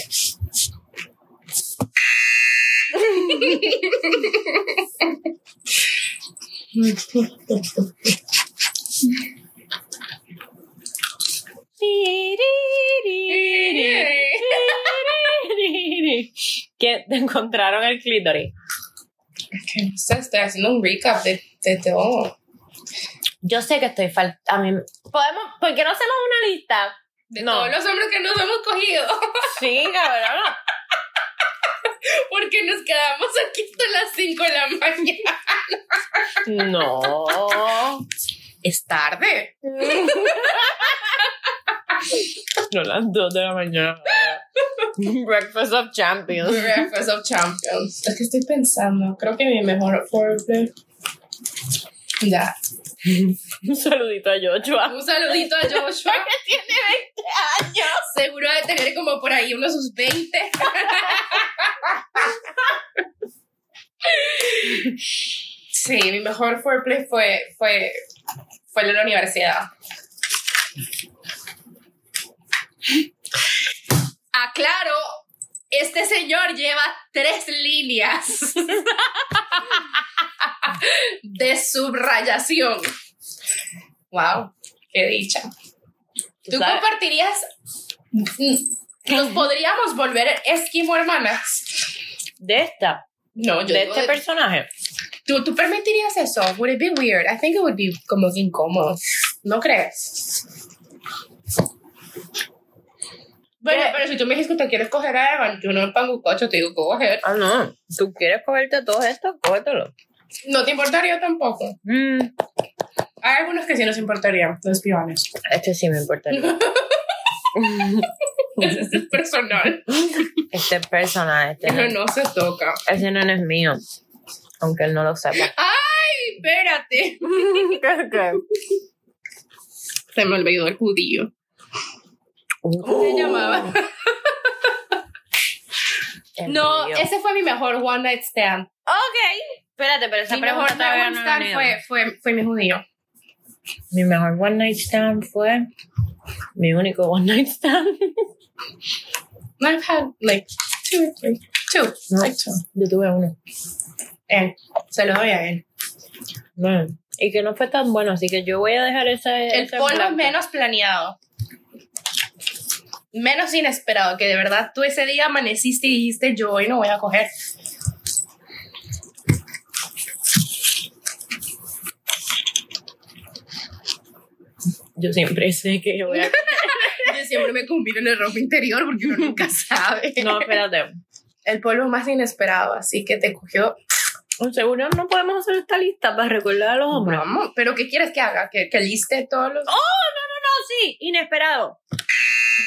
B: *laughs* ¿Qué? ¿Te encontraron el clítoris?
A: Ok, o sea, estoy haciendo un recap de, de todo.
B: Yo sé que estoy falta. A mí. ¿Podemos? ¿Por qué no hacemos una lista?
A: De
B: No.
A: todos los hombres que nos hemos cogido. *laughs*
B: Sí, cabrón.
A: Porque nos quedamos aquí hasta las 5 de la mañana.
B: No.
A: Es *laughs* tarde.
B: No, las 2 de la mañana. Breakfast of Champions.
A: Breakfast of Champions. Es que estoy pensando. Creo que mi mejor foreplay. Ya.
B: Un saludito a Joshua.
A: Un saludito a Joshua.
B: Tiene 20 años.
A: Seguro de tener como por ahí unos sus 20. Sí, mi mejor foreplay fue, fue, fue en la universidad. Aclaro, este señor lleva tres líneas *laughs* de subrayación. Wow, qué dicha. ¿Tú
B: ¿Sabes?
A: compartirías? Mm, ¿Nos podríamos volver esquimo hermanas?
B: De esta.
A: No, yo
B: de
A: digo
B: este
A: de-
B: personaje.
A: ¿Tú, ¿Tú permitirías eso? Would it be weird? I think it would be como que incómodo. ¿No crees? Bueno,
B: ¿Qué?
A: pero si tú me dices que te quieres coger a Evan, yo no en pangucocho te digo coger.
B: Ah, no. ¿Tú quieres cogerte todo esto? Cógetelo.
A: No te importaría tampoco.
B: Mm,
A: Hay algunos que sí nos importarían, los piones.
B: este sí me importa.
A: *laughs* Ese es personal.
B: este personaje. Este
A: Pero
B: no,
A: no se toca.
B: ese no es mío. Aunque él no lo sepa.
A: ¡Ay, espérate!
B: *laughs* ¿Qué, qué?
A: Se me olvidó el judío. ¿Cómo se llamaba?
B: Oh. El
A: No,
B: mío.
A: ese fue mi mejor one night stand.
B: Ok. Espérate, pero esa
A: mi
B: pregunta
A: mejor
B: todavía
A: one
B: no
A: night
B: la he
A: stand
B: leído.
A: fue, fue, fue mi judío.
B: Mi mejor one night stand fue... Mi único one night stand. *laughs*
A: No, I've had like two or three. Two.
B: No,
A: Like two.
B: yo tuve uno.
A: Él. Se lo doy a él.
B: Bueno, y que no fue tan bueno, así que yo voy a dejar esa...
A: El polvo menos planeado. Menos inesperado, que de verdad tú ese día amaneciste y dijiste, yo hoy no voy a coger.
B: Yo siempre sé que yo
A: *laughs*
B: voy a...
A: *laughs* Yo siempre me combino en el ropa interior porque uno *laughs* nunca sabe.
B: No, espérate.
A: El polvo más inesperado, así que te cogió.
B: Seguro no podemos hacer esta lista para recordar a los hombres. Oh,
A: Vamos, pero ¿qué quieres que haga? ¿Que, que liste todos *laughs* los...
B: No, sí, inesperado.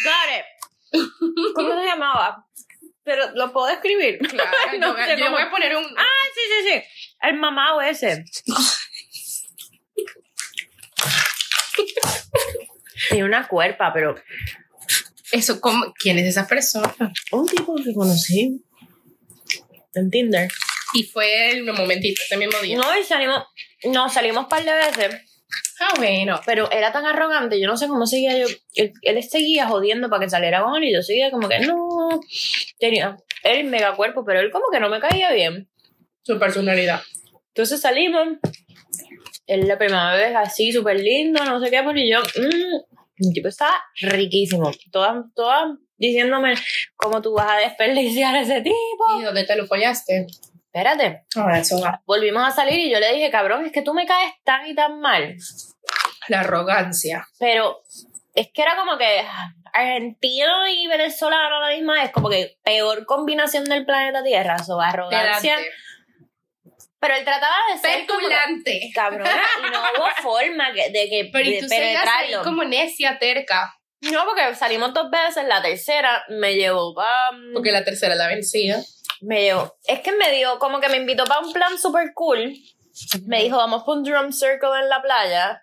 B: Got it. ¿Cómo se llamaba? Pero lo puedo escribir.
A: Claro,
B: *laughs* No
A: yo, voy a-
B: sé
A: yo
B: cómo.
A: voy a poner un...
B: Ah, sí, sí, sí. El mamado ese. Tiene una cuerpa, pero
A: Eso, ¿cómo? ¿quién es esa persona?
B: un tipo que conocí en Tinder.
A: Y fue el momentito, ese mismo día.
B: No, y salimos, no, salimos un par de veces,
A: Ah, bueno.
B: pero era tan arrogante, yo no sé cómo seguía yo. Él, él seguía jodiendo para que saliera con él y yo seguía como que no. Tenía el mega cuerpo, pero él como que no me caía bien.
A: Su personalidad.
B: Entonces salimos. Él la primera vez así, súper lindo, no sé qué, pues y yo, mm, El tipo estaba riquísimo. Todas, todas diciéndome cómo tú vas a desperdiciar a ese tipo.
A: ¿Y dónde te lo follaste?
B: Espérate.
A: Ah, eso va.
B: volvimos a salir y yo le dije, cabrón, es que tú me caes tan y tan mal.
A: La arrogancia.
B: Pero es que era como que ah, argentino y venezolano a la misma es como que peor combinación del planeta Tierra, su arrogancia.
A: Pedante.
B: Pero él trataba de ser como que,
A: Petulante.
B: cabrona y no
A: *laughs*
B: hubo forma que- de que
A: Pero y
B: de
A: tú sigas ahí
B: penetrarlo.
A: como necia, terca.
B: No, porque salimos dos veces, la tercera me llevó para
A: Porque la tercera la vencía.
B: me llevó, es que me dio como que me invitó para un plan super cool. Me dijo, vamos por un drum circle en la playa.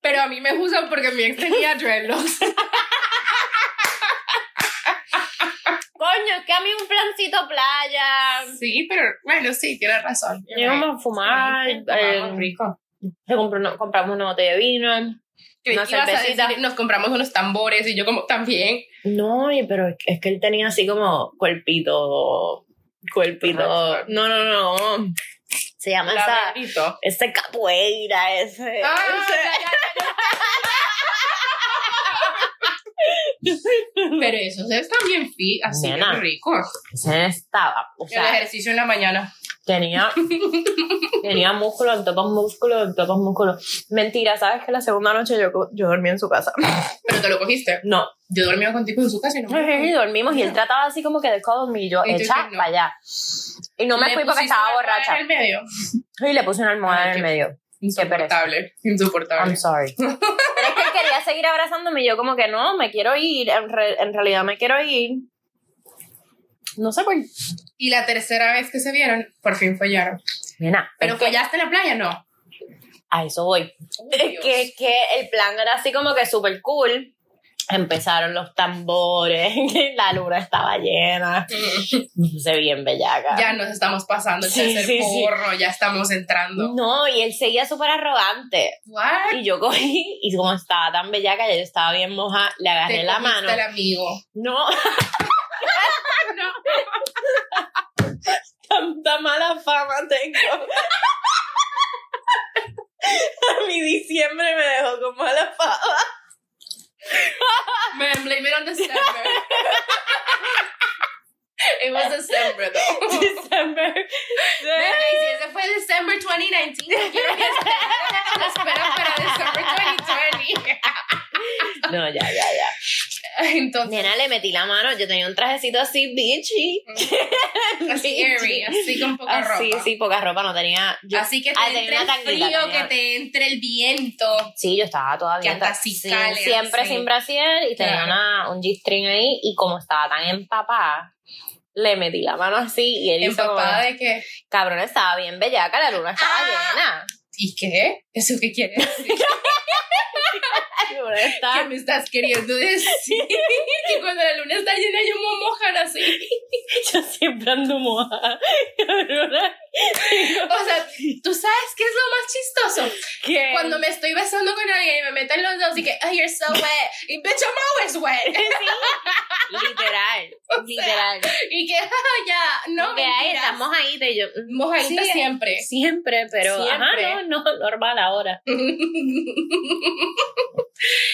A: Pero a mí me juzgan porque mi ex tenía *laughs* dreadlocks.
B: Coño, es que a mí un plancito playa.
A: sí, pero bueno, sí, tienes razón. em,
B: Yo vamos a fumar.
A: Vamos,
B: eh,
A: rico.
B: se compró una- compramos una botella de vino.
A: Creí
B: Una
A: que ibas a
B: cervecita.
A: decir, nos compramos unos tambores y yo como también.
B: No, y- pero es que- es que él tenía así como cuerpito. Cuerpito.
A: Ajá.
B: No, no, no. Se llama
A: La
B: esa.
A: bendito.
B: Ese Este capoeira, ese.
A: Ah,
B: ese-
A: ya, ya, ya. *laughs* Pero eso se están bien fit, así bien
B: Nena.
A: rico.
B: ese estaba. O
A: el
B: sea,
A: ejercicio en la mañana.
B: tenía. Tenía músculo, en todos músculos, en todos músculos. Mentira, ¿sabes que la segunda noche yo, co- yo dormí en su casa? *laughs*
A: Pero te lo cogiste.
B: No,
A: Yo dormía contigo en su casa y no me
B: Ujú, Y dormimos y él trataba así como que de cogerme y yo,
A: Y tú
B: echa
A: dices, no.
B: para allá. Y no me
A: Le
B: fui porque
A: pusiste
B: estaba
A: una almohada
B: borracha.
A: En el medio.
B: Y le puse una almohada
A: Ay,
B: en el
A: qué-
B: medio.
A: Insoportable. Insoportable.
B: I'm sorry. *laughs* Pero es que él quería seguir abrazándome y yo como que no, me quiero ir. En, re- en realidad me quiero ir. No sé por qué.
A: Y la tercera vez que se vieron, por fin follaron.
B: Nena,
A: Pero
B: es que
A: follaste en la playa, no.
B: a eso voy. Es
A: Dios.
B: que, es que el plan era así como que súper cool. Empezaron los tambores, *laughs* la luna estaba llena. Se bien bellaca.
A: Mm. Ya nos estamos pasando el
B: Sí,
A: tercer
B: sí, sí.
A: porro, ya estamos entrando.
B: No, y él seguía súper arrogante.
A: What?
B: Y yo cogí, y como estaba tan bellaca, ya yo estaba bien moja, le agarré
A: Te
B: la
A: cogiste
B: mano.
A: al amigo.
B: No,
A: No.
B: tanta mala fama tengo. A mi diciembre me dejó con mala fama.
A: Man, blame it on December. it was December, though.
B: Diciembre.
A: Man, y si ese fue December 2019, no quiero que esperen- lo esperen para December 2020.
B: No, ya, ya, ya.
A: *laughs* Entonces,
B: Nena, le metí la mano. Yo tenía un trajecito así, bitchy.
A: así, airy, así con poca
B: Así,
A: ropa.
B: sí, poca ropa no tenía. *laughs* Yo-
A: Así que te
B: Ah, tenía
A: entre el
B: una tanguita,
A: frío,
B: tenía-
A: que te entre el viento.
B: Sí, yo estaba todavía
A: Que hasta
B: sí,
A: cicales,
B: siempre
A: así.
B: sin brasier y tenía
A: Claro.
B: una- un G-string ahí y como estaba tan empapada, le metí la mano así y él hizo como,
A: Empapada de que,
B: cabrón, estaba bien bellaca, la luna estaba
A: Ah. *laughs*
B: llena.
A: ¿y qué? ¿Eso qué quiere
B: *laughs*
A: decir?
B: La luna
A: ¿Qué
B: estaba...
A: me estás queriendo
B: *laughs*
A: decir? que cuando la luna está llena yo me mojan así.
B: *laughs* Yo siempre ando mojada. Cabrona,
A: O sea, ¿tú sabes qué es lo más chistoso?
B: ¿qué?
A: Cuando me estoy besando con alguien y me meten los dedos y que, oh, you're so wet. Y bitch, I'm always wet.
B: *laughs*
A: *laughs*
B: Sí, literal, literal.
A: Y que, "Ah, ya, no,
B: que ahí
A: mentiras".
B: estamos ahí de yo... mm,
A: Mojadita
B: Sí.
A: siempre.
B: Siempre, pero... Ajá,
A: Siempre.
B: no, no, normal ahora.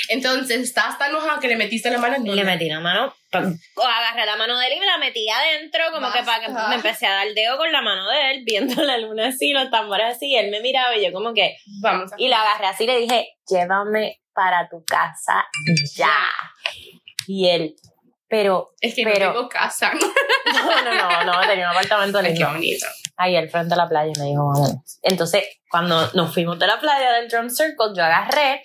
A: Entonces, estás tan mojado que le metiste la mano en
B: Le metí la mano, pa- o agarré la mano de él y me la metí adentro, como que para que
A: Basta.
B: me empecé a dar dedo con la mano de él, viendo la luna así, los tambores así, y él me miraba y yo como que,
A: Vamos. a-
B: y la agarré así y le dije, llévame para tu casa ya. Y él, pero, *laughs*
A: Es que
B: Pero-
A: no tengo casa.
B: no, no, no, no, tenía un apartamento
A: Ay, qué
B: lindo
A: bonito.
B: ahí al frente de la playa y me dijo, vamos. Entonces, cuando nos fuimos de la playa del Drum Circle, yo agarré,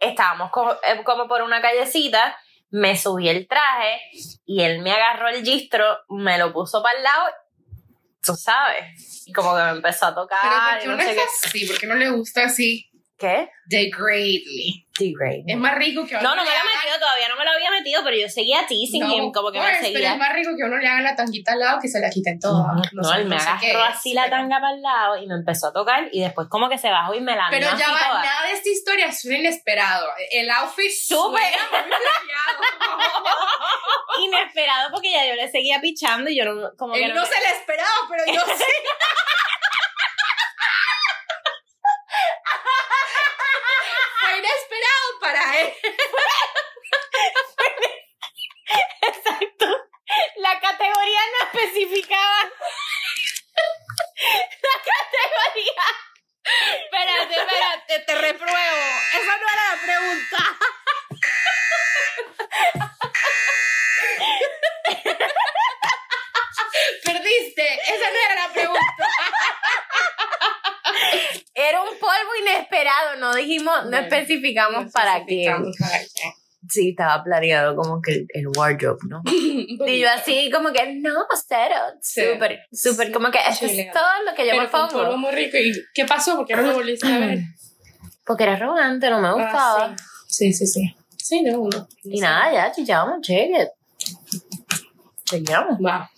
B: estábamos co- eh, como por una callecita, me subí el traje y él me agarró el gistro, me lo puso para el lado, tú sabes, y como que me empezó a tocar.
A: Pero porque
B: y no
A: uno
B: sé
A: es así, porque no le gusta así.
B: qué.
A: Degradely.
B: ¿Qué? Degrade.
A: Es más rico que a uno
B: No, no me
A: le
B: lo había
A: hagan-
B: metido todavía, no me lo había metido, pero yo seguía teasing
A: No,
B: y como que
A: pues,
B: me
A: Pero es
B: seguía.
A: más rico que uno le haga la tanguita al lado que se la quiten toda.
B: No,
A: sé-
B: él me
A: sé qué
B: agarró
A: es,
B: así la
A: pero-
B: tanga para el lado y me empezó a tocar y después como que se bajó y me la
A: Pero
B: dio
A: ya
B: así
A: va,
B: toda.
A: nada de esta historia suena inesperado. El outfit
B: Súper.
A: suena muy plagiado.
B: *laughs* inesperado porque ya yo le seguía pichando y yo no, *laughs* como que
A: Él
B: no,
A: no
B: me-
A: se la
B: *laughs*
A: esperaba, pero yo sí. para él.
B: Exacto. La categoría no especificaba. La categoría. Espérate, espérate, te repruebo. Esa no era la pregunta.
A: Perdiste. Esa no era la pregunta.
B: Era un polvo inesperado, no dijimos, no
A: Bueno,
B: especificamos para qué.
A: *laughs*
B: Sí, estaba planeado como que el, el wardrobe, ¿no? Y yo así como que, no, cero.
A: Sí.
B: Súper, súper, como que esto es
A: Chileado.
B: todo lo que yo me
A: Pero con polvo
B: pongo.
A: muy rico. ¿Y qué pasó? Porque no lo volviste
B: *clears throat*
A: a ver.
B: Porque era arrogante, no me gustaba.
A: Ah, sí. sí, sí, sí. Sí, no, uno.
B: Y nada, ya chillamos, cheque. Chequeamos.
A: Va.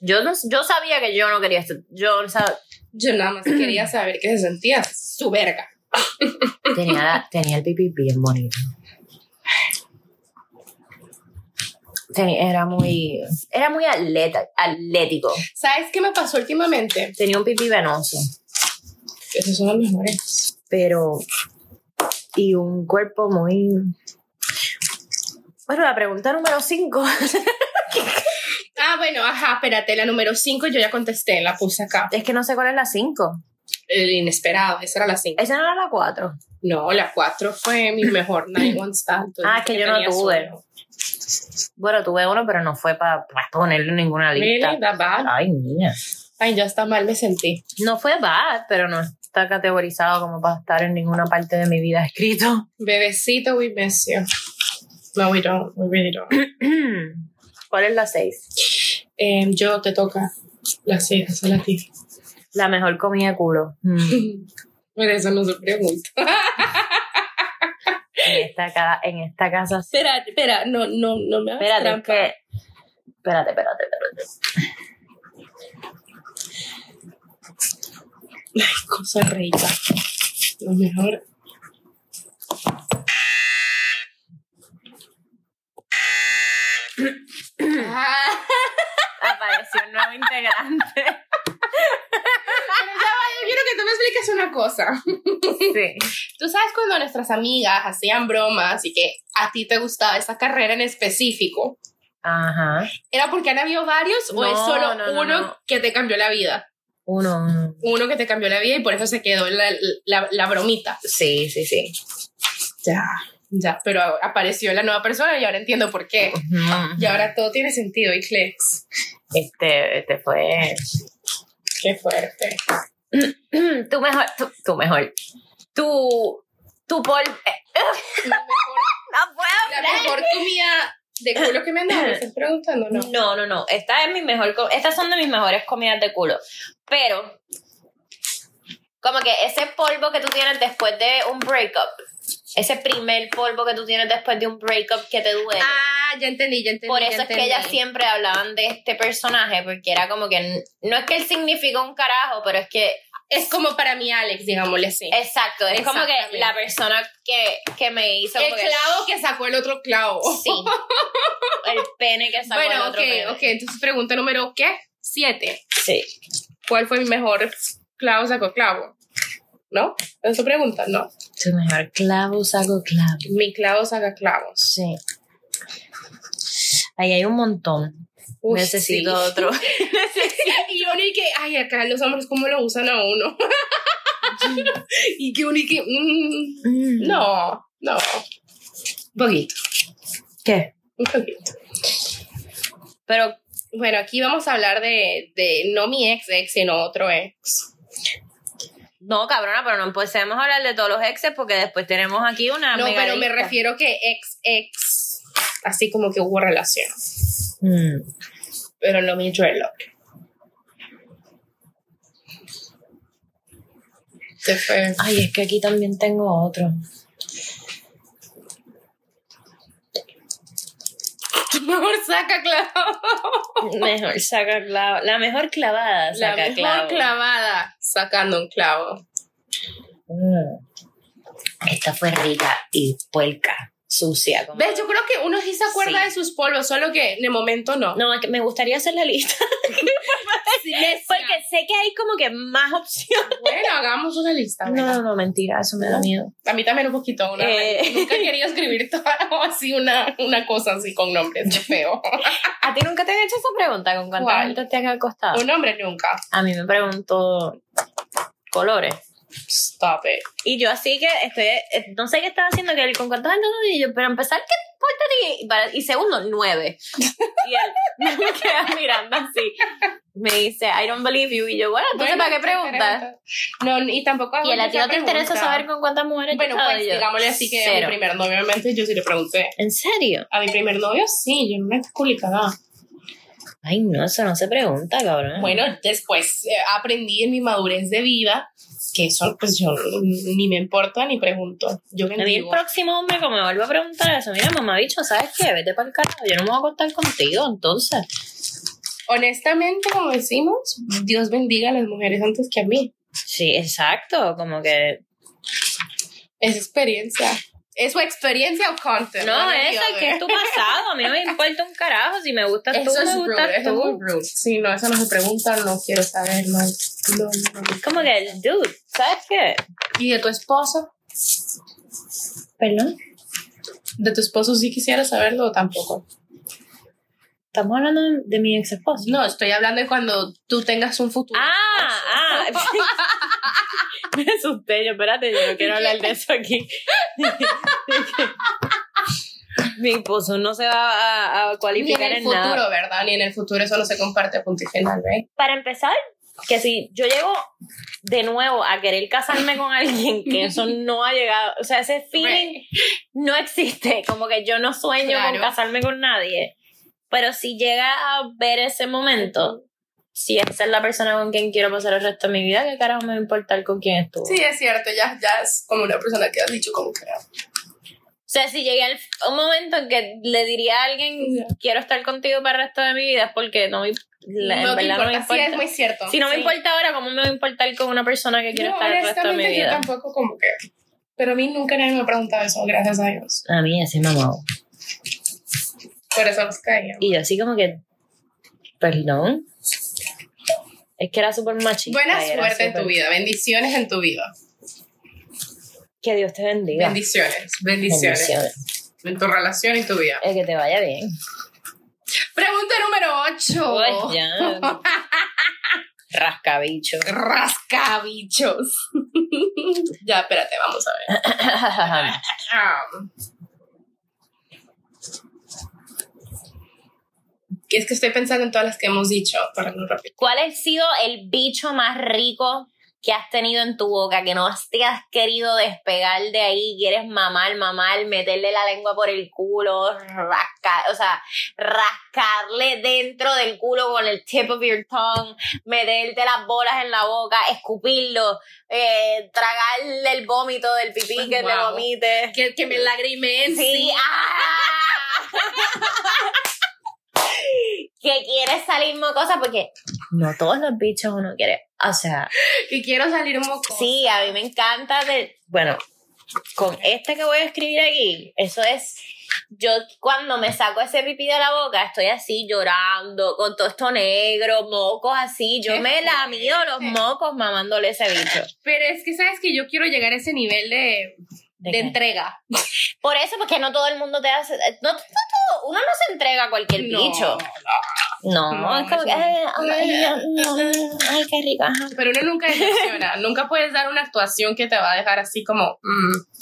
B: Yo, no, yo sabía que yo no quería esto. Yo sab-
A: Yo nada más
B: *clears throat*
A: quería saber qué se sentía su verga.
B: tenía, *laughs* la- tenía el pipí bien bonito. Tenía- era muy. Era muy atleta, atlético.
A: ¿Sabes qué me pasó últimamente?
B: Tenía un pipí venoso.
A: Esos son los mejores.
B: Pero. Y un cuerpo muy. Bueno, la pregunta número 5.
A: Ah, bueno, ajá, espérate, la número 5 yo ya contesté, la puse acá.
B: *laughs* es que no sé cuál es la 5.
A: El inesperado, esa era la 5.
B: Esa no era la 4.
A: No, la 4 fue mi
B: *clears throat*
A: mejor Night One Stand.
B: Ah, que yo no
A: Tenía
B: tuve.
A: sueño.
B: Bueno, tuve uno, pero no fue para ponerle en ninguna lista.
A: Really, that bad.
B: Ay, niña.
A: Ay, ya hasta mal me sentí.
B: No fue bad, pero no está categorizado como para estar en ninguna parte de mi vida escrito. *clears throat*
A: Bebecito, we miss you. No, we don't, we really don't.
B: ¿Cuál es la 6?
A: Em, yo te toca. La 6, esa es la *laughs* ti.
B: La mejor comida de culo. Mm,
A: Por eso no se pregunta.
B: En esta, ca- en esta casa. sí.
A: Espera, espera, no, no, no me hagas
B: Espérate, es
A: trampa.
B: que. Espérate, espérate, espérate.
A: Ay, cosa rica. Lo mejor. Ah,
B: Apareció un nuevo integrante.
A: pero ya va, yo quiero que tú me expliques una cosa.
B: Sí.
A: Tú sabes cuando nuestras amigas hacían bromas y que a ti te gustaba esa carrera en específico,
B: Ajá.
A: ¿era porque han habido varios o es
B: No,
A: solo
B: no, no,
A: uno
B: no.
A: que te cambió la vida?
B: Uno, uno.
A: Uno que te cambió la vida y por eso se quedó la, la, la bromita.
B: Sí, sí, sí.
A: Ya. Ya, pero apareció la nueva persona y ahora entiendo por qué.
B: Ujú.
A: Y ahora todo tiene sentido y clics.
B: Este, este fue. *clears throat*
A: Qué fuerte.
B: Tu mejor. Tu, tu mejor. Tu. Tu pol. eh, *laughs*
A: La mejor,
B: No puedo
A: la
B: hablar.
A: mejor comida de culo que me han dado, me estás preguntando, ¿no?
B: No, no, no. Esta es mi mejor, co- estas son de mis mejores comidas de culo. Pero, como que ese polvo que tú tienes después de un breakup, ese primer polvo que tú tienes después de un breakup que te duele.
A: Ah, ya entendí, ya entendí.
B: Por
A: ya
B: eso es que
A: entendí.
B: ellas siempre hablaban de este personaje, porque era como que, n- no es que él significa un carajo, pero es que,
A: Es como para mí, Alex, digámosle así.
B: exacto, es como que
A: Exactamente.
B: la persona que, que me hizo...
A: el
B: como que-
A: clavo que sacó el otro clavo.
B: Sí, el pene que sacó el
A: bueno, ok,
B: otro pene.
A: ok. Entonces, pregunta número, ¿qué? Siete.
B: Sí.
A: ¿Cuál fue mi mejor clavo sacó clavo? ¿No? Eso pregunta, no.
B: Tu mejor clavo saco clavo.
A: Mi clavo saca clavos.
B: Sí. Ahí hay un montón.
A: Uy,
B: Necesito
A: sí.
B: otro.
A: Y uno y que, ay, acá los hombres, ¿cómo lo usan a uno? *laughs* y que uno y que, mm, *laughs* no, no. Un poquito,
B: ¿Qué?
A: un poquito.
B: Pero,
A: Bueno, aquí vamos a hablar de, de no mi ex ex, sino otro ex.
B: no, cabrona, pero no empecemos a hablar de todos los exes porque después tenemos aquí una.
A: no, pero me
B: megalista.
A: refiero que ex ex, así como que hubo relación,
B: Mm.
A: pero no mi dreadlock. Se fue.
B: Ay, es que aquí también tengo otro.
A: Mejor saca clavo.
B: *laughs* Mejor saca clavo. La mejor clavada
A: La
B: saca
A: mejor
B: clavo.
A: clavada sacando un clavo.
B: Mm. Esta fue rica y puerca, sucia. como-
A: ¿Ves? Yo creo que uno sí se acuerda
B: Sí. *laughs*
A: de sus polvos, solo que en el momento no.
B: No, es que me gustaría hacer la lista.
A: Sí, necia.
B: Porque sé que hay como que más opciones.
A: Bueno, hagamos una lista.
B: No,
A: ¿verdad?
B: no, no, mentira, eso me da miedo.
A: A mí también un poquito. Una,
B: Eh.
A: Nunca quería escribir *laughs* todo así, una, una cosa así con nombres. qué feo.
B: ¿A ti nunca te han hecho esa pregunta? ¿Con cuántas
A: ¿Cuál?
B: gente te han acostado?
A: Un nombre nunca.
B: A mí me preguntó colores.
A: Stop it.
B: Y yo así que estoy, eh, no sé qué estaba haciendo, que él con cuántos años, y yo, pero empezar, ¿qué te importa? a ti? Y, para- y segundo, nueve. Y él *laughs* me queda mirando así. Me dice, I don't believe you. Y yo, bueno, entonces,
A: Bueno,
B: ¿para qué preguntas?
A: No, y tampoco. hago
B: Y él, a ti no
A: mucha
B: te interesa
A: pregunta.
B: saber con cuántas mujeres
A: Bueno,
B: yo estaba?
A: pues
B: Y yo,
A: digámosle así que a mi
B: cero.
A: primer novio, obviamente, yo sí le pregunté.
B: ¿En serio?
A: A mi primer novio, sí, yo no me culicada.
B: Ah. Ay, no, eso no se pregunta, cabrón.
A: Bueno, después eh, aprendí en mi madurez de vida que eso, pues yo ni me importa ni pregunto. Yo
B: A mí el
A: bendigo.
B: próximo hombre que me vuelva a preguntar eso, mira, mamá, bicho, ¿sabes qué? Vete para el carajo, yo no me voy a contar contigo, entonces.
A: Honestamente, como decimos, Dios bendiga a las mujeres antes que a mí.
B: Sí, exacto, como que
A: Es experiencia. ¿Es su experiencia o content?
B: No,
A: One or the
B: eso es que
A: other.
B: es tu pasado. A mí no me importa un carajo. Si me gustas tú,
A: Eso es
B: me gustas
A: rude, eso es muy
B: tú.
A: rude. Sí, no, eso no se pregunta, no quiero saber, no. no, no.
B: Como que, dude, ¿sabes qué?
A: ¿Y de tu esposo?
B: Perdón.
A: ¿De tu esposo sí quisiera saberlo o tampoco?
B: Estamos hablando de mi ex esposo.
A: No, estoy hablando de cuando tú tengas un futuro. *laughs*
B: Ah, ah. me asusté. Yo, espérate, yo no quiero hablar de eso aquí. *laughs* mi esposo no se va a, a
A: Ni en
B: cualificar en,
A: el futuro,
B: nada.
A: ¿verdad? Ni en el futuro, eso no se comparte punto y final, ¿ve?
B: Para empezar, que si yo llego de nuevo a querer casarme con alguien que eso no ha llegado, o sea, ese feeling no existe, *laughs* como que yo no sueño
A: Claro.
B: con casarme con nadie, pero si llega a ver ese momento, si esa es la persona con quien quiero pasar el resto de mi vida, ¿qué carajo me va a importar con quién estuvo?
A: Sí, es cierto, ya, ya es como una persona que has dicho como que...
B: O sea, si llegué al- a un momento en que le diría a alguien,
A: Ya.
B: quiero estar contigo para el resto de mi vida, es porque no me, la-
A: no
B: en
A: te
B: verdad
A: importa,
B: no me
A: sí,
B: importa.
A: es muy cierto.
B: Si no me
A: Sí.
B: importa ahora, ¿cómo me va a importar con una persona que quiero
A: No,
B: estar el resto de mi
A: honestamente, yo
B: vida?
A: tampoco como que... Pero a mí nunca nadie me ha preguntado eso, gracias a Dios.
B: A mí así me amaba.
A: Por eso los caía.
B: Y yo así como que, perdón. Es que era súper machista.
A: Buena
B: y era
A: suerte en tu
B: súper-
A: vida, bendiciones en tu vida.
B: Que Dios te bendiga.
A: Bendiciones, bendiciones.
B: Bendiciones.
A: En tu relación y tu vida.
B: Eh, que te vaya bien.
A: Pregunta número 8. *laughs*
B: Ay, ya. Rascabicho. *laughs*
A: Rascabichos. *laughs* ya, espérate, vamos a ver. Ah. Am. Que es que estoy pensando en todas las que hemos dicho, para no repetir.
B: ¿Cuál ha sido el bicho más rico que has tenido en tu boca? Que no has- te has querido despegar de ahí. Quieres mamar, mamar, meterle la lengua por el culo, rascar, o sea, rascarle dentro del culo con el tip of your tongue, meterte las bolas en la boca, escupirlo, eh, tragarle el vómito del pipí que te
A: Wow.
B: vomite.
A: Que, que me lagrimen.
B: Sí, ¡ah! que quieres salir mocosa porque no todos los bichos uno quiere. O sea,
A: Que quiero salir un moco.
B: sí, a mí me encanta. de- bueno, con este que voy a escribir aquí, eso es. Yo cuando me saco ese pipí de la boca estoy así llorando, con todo esto negro, mocos así. Yo
A: Qué
B: me lamido los
A: fuerte.
B: mocos mamándole ese bicho.
A: Pero es que sabes que yo quiero llegar a ese nivel de,
B: ¿De
A: de
B: qué?
A: entrega.
B: Por eso, porque no todo el mundo te hace. No, no todo- uno no se entrega a cualquier
A: No.
B: bicho. No,
A: No,
B: es como
A: eso
B: que.
A: no.
B: eh,
A: *laughs*
B: ay, ya, no, ay, qué rico. ajá.
A: Pero uno nunca
B: *laughs*
A: decepciona. nunca puedes dar una actuación que te va a dejar así como. mm.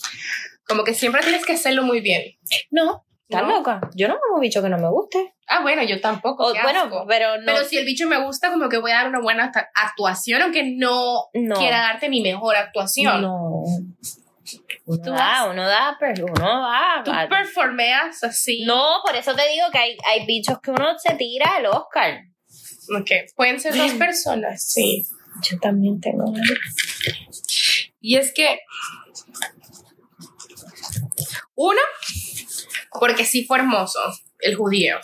A: Como que siempre tienes que hacerlo muy bien.
B: No, estás
A: No.
B: loca. Yo no como un bicho que no me guste.
A: Ah, bueno, yo tampoco.
B: O,
A: qué
B: bueno,
A: asco.
B: pero no.
A: Pero si el bicho me gusta, como que voy a dar una buena acta- actuación, aunque no,
B: no.
A: quiera darte mi mejor actuación.
B: No. Uno
A: Tú
B: da,
A: vas-
B: uno da, pero uno va.
A: Tú
B: va.
A: performeas así.
B: No, por eso te digo que hay, hay bichos que uno se tira al Oscar.
A: Ok, Pueden ser
B: *laughs*
A: dos personas, sí.
B: Yo también tengo.
A: Y es que. Uno, porque sí fue hermoso, el judío.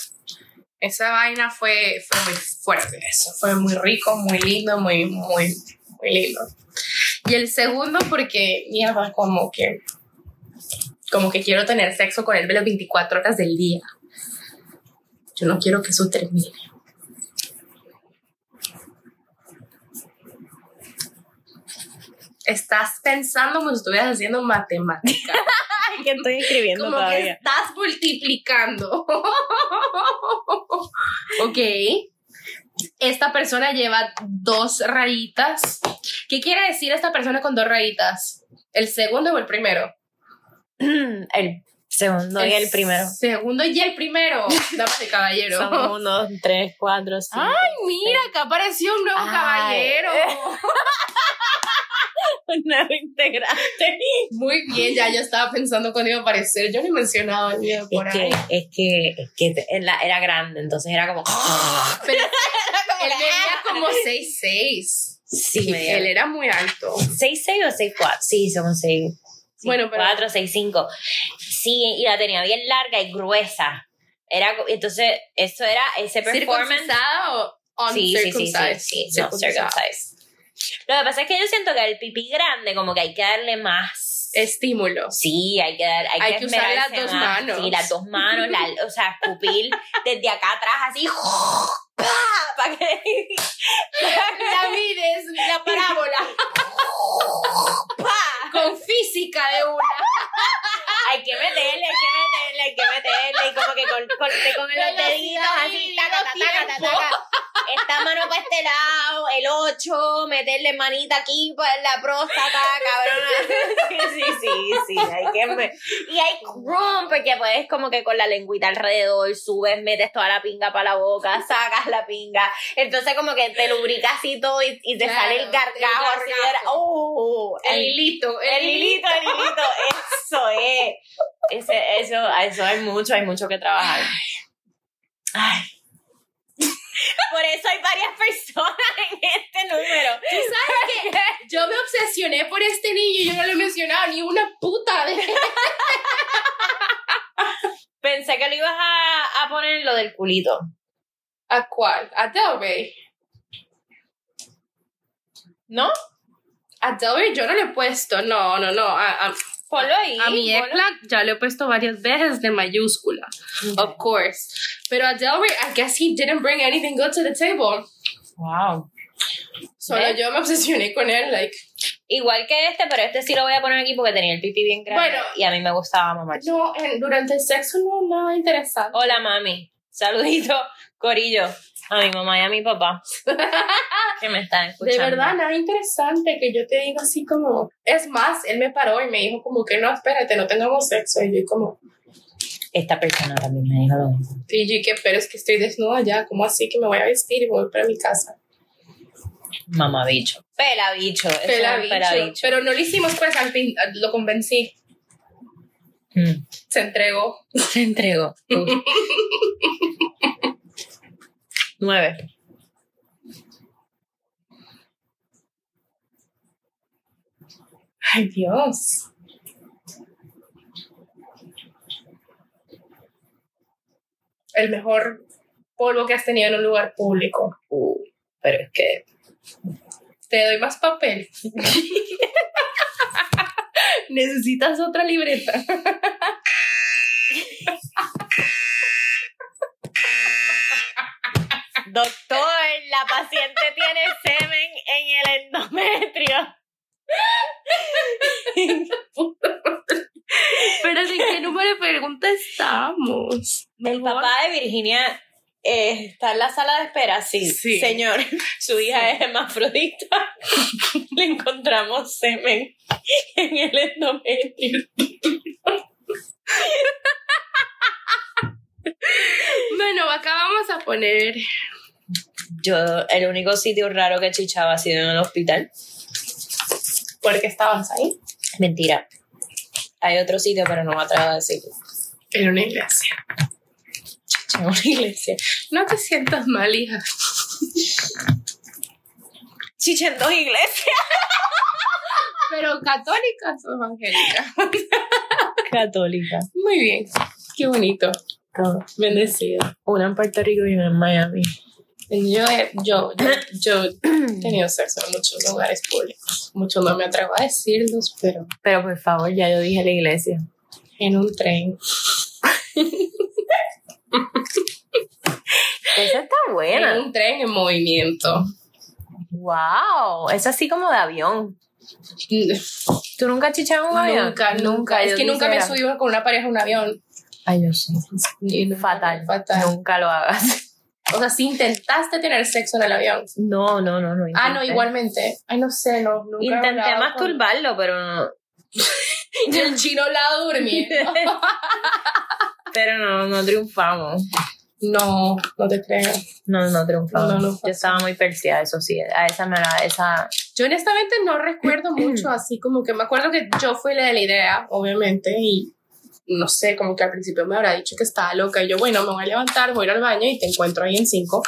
A: Esa vaina fue, fue muy fuerte, eso. Fue muy rico, muy lindo, muy, muy, muy lindo. Y el segundo, porque, mierda, como que. Como que quiero tener sexo con él las 24 horas del día. Yo no quiero que eso termine. estás pensando como si estuvieras haciendo matemática.
B: *laughs* Ay, que estoy escribiendo
A: como que
B: todavía.
A: estás multiplicando. *laughs* ok. Esta persona lleva dos rayitas. ¿Qué quiere decir esta persona con dos rayitas? ¿El segundo o el primero?
B: *clears throat* El segundo y el primero.
A: Segundo y el
B: *laughs*
A: primero. Damas y caballero.
B: Son uno, dos, tres, cuatro, cinco.
A: Ay, mira, acá apareció un nuevo
B: Ay. *laughs*
A: caballero.
B: Nuevo integrante.
A: Muy bien, ya yo estaba pensando cuándo iba a aparecer. Yo ni mencionaba el video por
B: Es que,
A: ahí.
B: es que, es que era, era grande, entonces era como. ¡Ah! *laughs*
A: Pero él medía como 6'6".
B: Sí, media.
A: Él era muy alto.
B: 6'6 o 6'4. Sí, son 6.
A: Bueno, pero-
B: 4, 6'5. Sí, y la tenía bien larga y gruesa. Era, co- entonces, eso era ese performance.
A: ¿Circuncisado o
B: Sí, sí, sí, sí,
A: uncircumcised?
B: sí, no,
A: Circuncisado.
B: circumcised. Lo que pasa es que yo siento que el pipí grande, como que hay que darle más.
A: Estímulos.
B: Sí, hay que dar, hay,
A: Hay que usar
B: esmerarse
A: las dos
B: más.
A: manos.
B: Sí, las dos manos, la- o sea, escupir desde acá atrás así. *laughs* Para
A: *laughs*
B: que
A: *laughs* La mides, la
B: *laughs*
A: parábola. Con física de una.
B: hay que meterle, hay que meterle, hay que meterle. Y como que con, corté con los
A: Velocidad,
B: deditos así,
A: dividido
B: taca, taca, taca,
A: tiempo.
B: taca. Esta mano para este lado, el 8, meterle manita aquí para la próstata, cabrón. *laughs* Sí, sí, sí, sí, hay que me- Y hay room, porque puedes como que con la lengüita alrededor, subes, metes toda la pinga para
A: *laughs*
B: la boca, sacas la pinga. Entonces como que te lubricas y todo y, y te
A: Claro,
B: sale el gargajo
A: el
B: así.
A: gargajo.
B: era- ¡Oh!
A: El
B: Ay,
A: hilito.
B: el hilito, el hilito, eso es. Ese, eso, a eso hay mucho, hay mucho que trabajar. Ay. Por eso hay varias personas en este número.
A: ¿Tú sabes que yo me obsesioné por este niño y yo no lo he mencionado ni una puta de
B: Pensé que lo ibas a, a poner lo del culito.
A: ¿A cuál? A Delray.
B: ¿No?
A: A Delray yo no le he puesto, no, no, no. A, a,
B: Ponlo ahí.
A: a mi
B: ponlo.
A: Eklat ya le he puesto varias veces de mayúscula, of course. Pero a Delray, I guess he didn't bring anything good to the table.
B: Wow.
A: Solo
B: ¿Ves?
A: yo me obsesioné con él, like.
B: Igual que este, pero este sí lo voy a poner aquí porque tenía el pipí bien grande.
A: Bueno.
B: Y a mí me gustaba mamá.
A: No, en- durante el sexo no, nada interesante.
B: Hola, mami. Saludito, Corillo. A mi mamá y a mi papá. *laughs* que me están
A: De
B: Oh, escuchando.
A: verdad, nada interesante que yo te diga así como... Es más, él me paró y me dijo como que no, espérate, no tengamos sexo. Y yo como,
B: Esta persona también me dijo lo mismo.
A: TG, que pero es que estoy desnuda ya, ¿cómo así que me voy a vestir y voy para mi casa?
B: Mamabicho. Pelabicho. eso es un
A: Pelabicho.
B: Pelabicho.
A: Pero no lo hicimos, pues al fin ah, lo convencí,
B: Mm.
A: se entregó.
B: Se entregó. Uf. *laughs* Nueve.
A: Ay, Dios. El mejor polvo que has tenido en un lugar público.
B: Uh, pero es que.
A: Te doy más papel. Necesitas otra libreta.
B: Doctor, la paciente tiene semen en el endometrio.
A: *laughs* Pero ¿en qué número de pregunta estamos?
B: El papá de Virginia eh, está en la sala de espera, sí.
A: Sí.
B: Señor, su hija es hermafrodita. *laughs* Le encontramos semen en el endometrio.
A: *laughs* Bueno, acá vamos a poner
B: Yo, el único sitio raro que chichaba ha sido en el hospital.
A: por qué estabas ahí.
B: Mentira. Hay otro sitio, pero no me atrevo a decirlo.
A: En una iglesia.
B: Chichaba en una iglesia.
A: No te sientas mal, hija.
B: Chicha en dos iglesias. *laughs*
A: Pero católicas o evangélicas. *laughs*
B: Católica.
A: Muy bien. Qué bonito. Bendecida.
B: Una en Puerto Rico y una en Miami.
A: Yo, he- yo, yo, yo he tenido sexo en muchos lugares públicos. Mucho no me atrevo a decirlos, pero
B: Pero por favor, ya yo dije la iglesia.
A: en un
B: *laughs*
A: tren.
B: Esa está
A: En un tren en movimiento.
B: Wow. Es así como de avión. ¿Tú nunca has chichado en un avión?
A: Nunca, nunca. Es
B: yo
A: que nunca me he
B: quisiera.
A: subido con una pareja a un avión.
B: Ay, yo sí.
A: Y no-
B: Fatal.
A: Fatal.
B: Nunca lo hagas.
A: O sea, si intentaste tener sexo en el avión.
B: No, no, no, no.
A: Ah, no,
B: intenté.
A: igualmente. Ay, no sé, no. Nunca he
B: Intenté
A: hablado con-
B: masturbarlo, pero no.
A: *laughs* Y el chino al lado
B: *laughs*
A: durmiendo.
B: pero no, no triunfamos.
A: No, no te creo.
B: No, no triunfamos.
A: No, no
B: Yo estaba muy perseada, eso sí. A esa me la, esa.
A: Yo honestamente no recuerdo
B: *clears throat*
A: mucho así como que me acuerdo que yo fui la de la idea, obviamente, y no sé, como que al principio me habrá dicho que estaba loca y yo, bueno, me voy a levantar, voy a ir al baño y te encuentro ahí en cinco.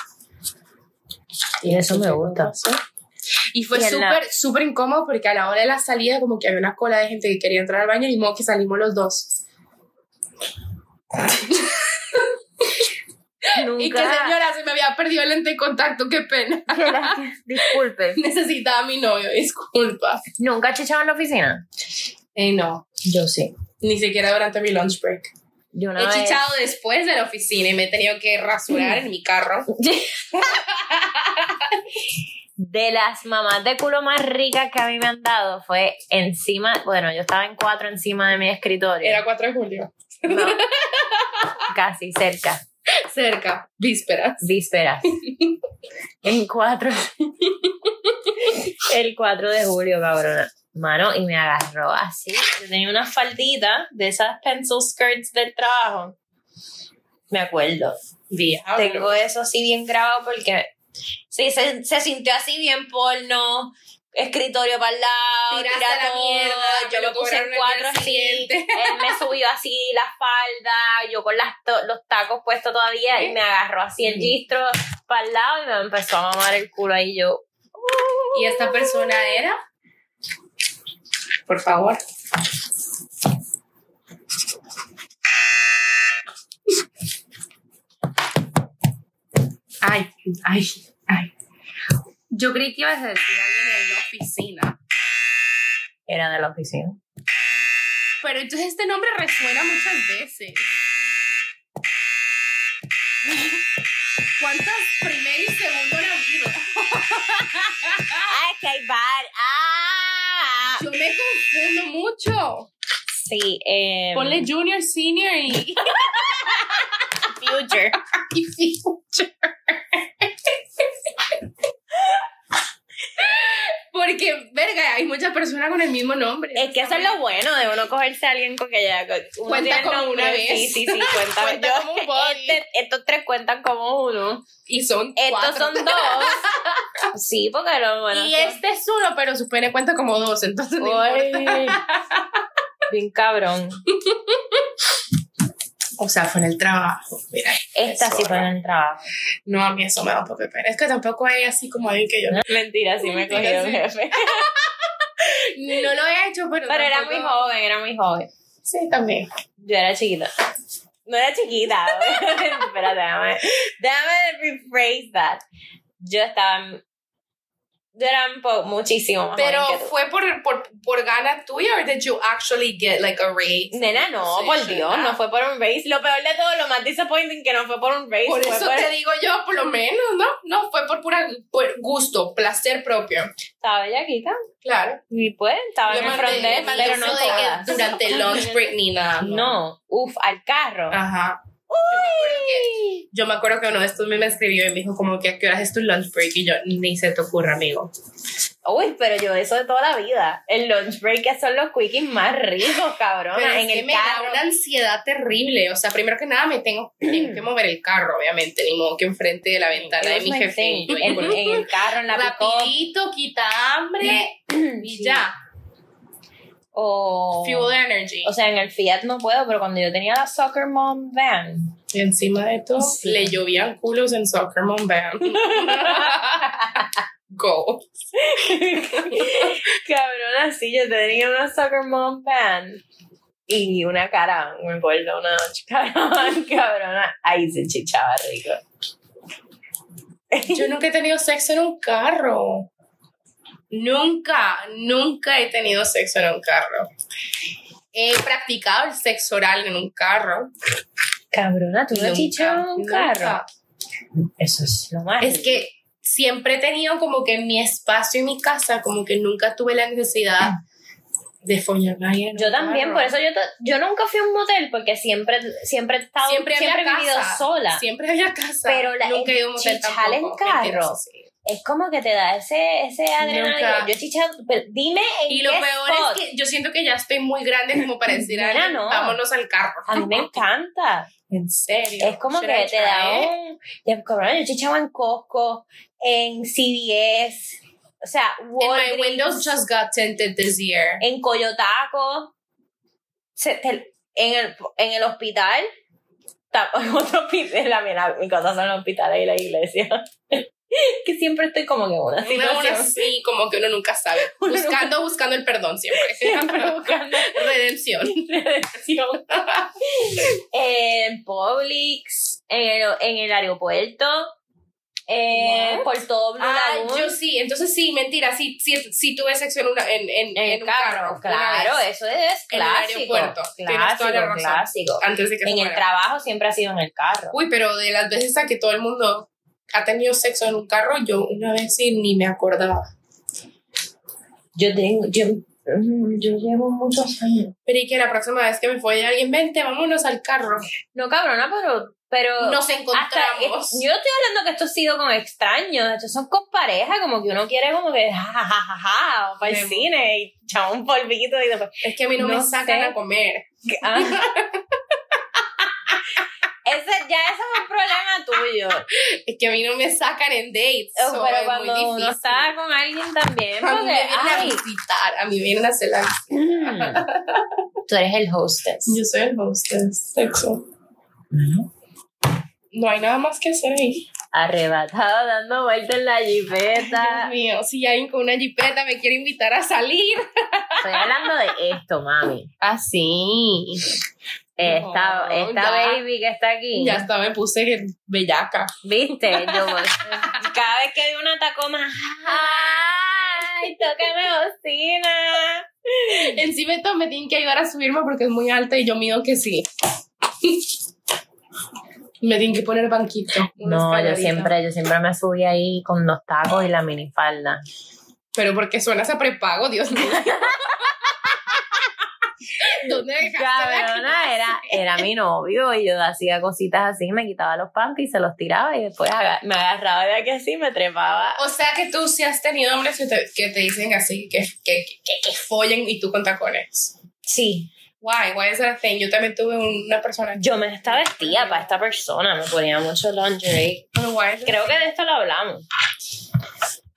B: Y eso me gusta.
A: Y fue
B: Y en la-
A: súper, súper incómodo porque a la hora de la salida como que había una cola de gente que quería entrar al baño y ni modo que salimos los dos.
B: Nunca.
A: Y que señora, se me había perdido el lente de contacto, qué pena. *laughs*
B: que la- *laughs* disculpe.
A: Necesitaba a mi novio, disculpa.
B: ¿Nunca has chichado en la oficina?
A: Eh, no,
B: Yo sí.
A: ni siquiera durante mi lunch break.
B: Yo una
A: He
B: vez-
A: chichado después de la oficina y me he tenido que rasurar en mi carro.
B: De las mamás de culo más ricas que a mí me han dado fue encima, bueno, yo estaba en cuatro encima de mi escritorio.
A: Era 4 de julio.
B: No. Casi cerca,
A: Cerca, víspera.
B: vísperas. en cuatro. El 4 de julio, cabrona. Mano, y me agarró así. Yo tenía una faldita de esas pencil skirts del trabajo. Me acuerdo.
A: Diablo.
B: Tengo eso así bien grabado porque sí, se, se sintió así bien porno, escritorio para el lado,
A: Tiraste
B: tira
A: la
B: todo,
A: mierda,
B: yo
A: me
B: lo
A: lo
B: puse en
A: cobraron el día
B: cuatro así,
A: siguiente.
B: él me subió así la falda, yo con las to- los tacos puestos todavía y me agarró así el gistro para el lado y me empezó a mamar el culo ahí yo.
A: ¿Y esta persona era? Por favor. Ay, ay, ay. Yo creí que ibas a decir alguien en la oficina.
B: Era de la oficina.
A: Pero entonces este nombre resuena muchas veces. *laughs* ¿Cuántas primer y segundo han habido? Ah.
B: ¡Ay, que hay bar! ¡Ah!
A: Yo me confundo mucho.
B: Sí, eh.
A: Ponle junior, senior y... *laughs*
B: future.
A: y future. Porque, verga, hay muchas personas con el mismo nombre.
B: Es que eso es lo bueno de uno cogerse a alguien con que ya uno
A: Cuenta
B: tiene el
A: como
B: nombre,
A: una
B: Sí,
A: vez.
B: sí,
A: *laughs*
B: sí, cuenta.
A: Cuenta
B: yo-
A: como un body.
B: este- estos tres cuentan como uno.
A: Y son
B: Estos
A: cuatro.
B: son dos. Sí, porque no, bueno.
A: y
B: son-
A: este es uno, pero su pene cuenta como dos, entonces no importa.
B: Uy, Bien cabrón.
A: O sea, fue en el trabajo. Mira,
B: Esta
A: Qué
B: sí fue en
A: zorra.
B: el trabajo.
A: no, a mí eso me da un poco de pena. Es que tampoco hay así como alguien que yo...
B: Mentira, sí me
A: Mentira,
B: cogió el
A: sí.
B: jefe. *laughs*
A: No lo he hecho, pero...
B: Pero era
A: tampoco-
B: muy joven, era muy joven.
A: Sí, también.
B: Yo era chiquita. No era chiquita. *laughs* Espera, déjame. Déjame rephrase that. Yo estaba. Yo era un poco, muchísimo más
A: Pero
B: joven que tú.
A: fue por, por, por gana tuya o did you actually get like a raise?
B: Nena, no,
A: Sí,
B: por
A: sí,
B: Dios,
A: ah.
B: no fue por un race. Lo peor de todo, lo más disappointing que no fue por un race.
A: Por
B: fue
A: eso
B: por,
A: te digo yo, por lo menos, ¿no? No, fue por pura por gusto, placer propio.
B: Estaba bellaquita.
A: Claro.
B: Y pues, estaba
A: Le
B: en el
A: mandé-
B: front
A: le
B: desk,
A: mandé
B: pero
A: eso
B: no
A: de que
B: todas.
A: durante
B: *laughs*
A: el lunch break ni nada.
B: No, uff, al carro.
A: Ajá.
B: Uy.
A: Yo me acuerdo que uno de estos me escribió y me dijo como que a qué horas es tu lunch break y yo, ni se te ocurra, amigo.
B: Uy, pero yo eso de toda la vida. El lunch break que son los quickies más ricos, cabrón.
A: Pero es
B: En
A: que
B: el
A: me da
B: carro.
A: una ansiedad terrible. O sea, primero que nada me tengo, *clears throat* tengo
B: Mm.
A: que mover el carro, obviamente, ni modo que enfrente de la ventana de mi
B: Eso es
A: jefe.
B: en, en- en el carro, en la pick-up. mm,
A: Rapidito, quita hambre y
B: Sí.
A: ya.
B: O,
A: Fuel energy.
B: Oh. o sea, en el Fiat no puedo, pero cuando yo tenía la Soccer Mom Van,
A: Y encima de todo,
B: Sí.
A: le llovían culos en Soccer Mom
B: *laughs*
A: Band. Go.
B: Cabrón, así yo tenía una soccer mom band y una cara, me acuerdo, una *laughs* cabrón, cabrona, ahí se chichaba rico.
A: Yo nunca he tenido sexo en un carro. Nunca, nunca he tenido sexo en un carro. He practicado el sexo oral en un carro.
B: Cabrona, tú no
A: Nunca,
B: chichabas en un
A: nunca.
B: carro. Eso es lo más.
A: Es que siempre he tenido como que mi espacio en mi casa, como que nunca tuve la necesidad de follar a alguien.
B: Yo también, por eso yo, to- yo nunca fui a un motel porque siempre, siempre he estado, siempre,
A: Siempre había
B: he vivido
A: casa.
B: sola.
A: Siempre había casa.
B: Pero la-
A: nunca he ido a un motel
B: chichar en
A: tampoco.
B: carro.
A: Mentiroso, sí.
B: Es como que te da ese, ese adrenalina.
A: Nunca.
B: Yo chicha, pero dime en
A: Y lo
B: qué
A: peor
B: spot.
A: es que yo siento que ya estoy muy grande como para decir,
B: Nena,
A: "Ay,
B: no.
A: vámonos al carro.
B: A mí me encanta.
A: En serio.
B: Es como
A: Should
B: que
A: I
B: te da
A: try it?
B: un... de- cabrón, yo chichaba en Costco, en CVS, o sea,
A: And my
B: Walgreens,
A: windows just got tinted this year.
B: en Coyotaco, se- te- en, el, en el hospital. ta- *laughs* En otro hospital, la, la- mi cosa son los hospitales y la iglesia. *laughs* que siempre estoy como que en
A: Una
B: una
A: hora
B: situación.
A: así, como que uno nunca sabe.
B: *laughs* Uno nunca-
A: Buscando, buscando el perdón siempre.
B: Siempre buscando
A: *laughs* Redención.
B: redención. en Publix, en el, en el aeropuerto, eh,
A: What?
B: por todo Blue
A: Ah,
B: Lagoon.
A: yo sí, entonces sí, mentira, sí, sí, sí tuve sexo en, una, en, en,
B: En el
A: en un carro.
B: carro, claro,
A: una vez,
B: eso es
A: En el
B: clásico.
A: aeropuerto, tienes
B: Clásico,
A: toda la razón.
B: clásico.
A: Antes de que se
B: En el
A: fuera.
B: trabajo siempre ha sido en el carro.
A: Uy, pero de las veces a que todo el mundo ha tenido sexo en un carro, yo una vez sí ni me acordaba.
B: Yo tengo, yo, mm, yo llevo muchos años.
A: Pero y que la próxima vez que me folle alguien, vente, vámonos al carro.
B: No, cabrona, pero, pero
A: Nos
B: hasta
A: encontramos.
B: yo estoy hablando que esto ha sido con extraños, estos son con pareja, como que uno quiere como que ja, ja, ja, ja, o para el
A: Me-
B: cine y echar un polvito y después.
A: es que a mí no,
B: no
A: me sacan
B: sé.
A: a comer. *laughs*
B: Ah. Ese, ya ese es un problema tuyo.
A: Es que a mí no me sacan en dates.
B: Eh,
A: so
B: pero
A: es
B: cuando
A: muy
B: uno
A: difícil.
B: está con alguien también,
A: a mí me
B: porque,
A: vienen a
B: ay,
A: visitar, a mí me vienen a hacer la visita. *laughs*
B: mm. tú eres el hostess.
A: Yo soy el hostess, sexo. No hay nada más que hacer ahí.
B: Arrebatado, dando vueltas en la
A: Dios
B: jipeta.
A: mío, si alguien con una jipeta me quiere invitar a salir.
B: Estoy hablando de esto, mami. Así. Esta,
A: No,
B: esta
A: ya.
B: baby que está aquí.
A: Ya hasta me puse bellaca.
B: ¿Viste? *laughs* Yo, cada vez que veo una tacoma, ¡ay! ¡Tócame bocina!
A: Encima de todo me tienen que ayudar a subirme porque es muy alta y yo mido que sí. me tienen que poner banquito. una
B: No, yo
A: escalerita.
B: siempre, yo siempre me subí ahí con los tacos y la minifalda.
A: Pero porque suena ese prepago, Dios
B: *laughs*
A: mío. ¿Dónde dejaste la
B: Cabrona, era, era mi novio y yo hacía cositas así, me quitaba los panties, se los tiraba y después aga- me agarraba de aquí así, me trepaba.
A: O sea que tú sí has tenido hombres que te, que te dicen así, que, que, que, que follen y tú con tacones.
B: Sí.
A: Why? Why is that a thing? Yo también tuve una persona.
B: Yo me estaba vestida para esta persona, me ponía mucho lingerie.
A: Pero why is that-
B: Creo que de esto lo hablamos.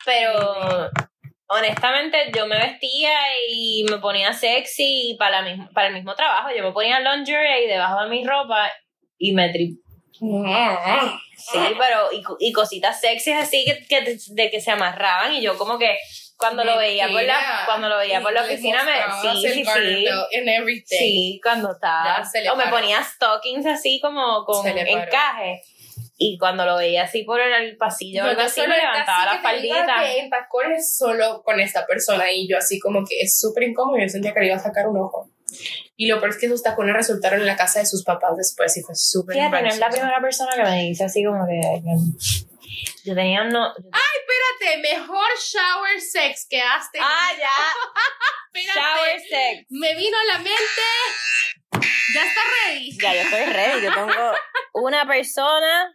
B: Pero honestamente yo me vestía y me ponía sexy y para, la misma- para el mismo trabajo. Yo me ponía lingerie debajo de mi ropa y me tri
A: Mm.
B: Sí, pero y, co- y cositas sexys así que, que te- de que se amarraban y yo como que cuando lo veía por la
A: Mentira.
B: cuando lo veía por la
A: Y le
B: oficina me
A: mostrabas
B: sí
A: el
B: sí sí
A: Garter belt and everything.
B: sí cuando estaba
A: Ya se le
B: o me
A: paró.
B: ponía stockings así como con
A: Se le paró.
B: encaje y cuando lo veía así por el, el pasillo o
A: No,
B: algo
A: yo
B: así
A: solo
B: me
A: era
B: levantaba
A: así
B: la
A: que te diga
B: faldita
A: que en tacones solo con esta persona y yo así como que es súper incómodo yo sentía que le iba a sacar un ojo y lo peor es que esos tacones resultaron en la casa de sus papás después y fue súper
B: Fíjate, no es la
A: embarazante.
B: primera persona que me dice así como que que- yo tenía no
A: Espérate, mejor shower sex que has tenido.
B: Ah, ya
A: Espérate.
B: shower sex
A: Me vino a la mente. Ya está ready.
B: Ya, yo estoy ready. Yo tengo una persona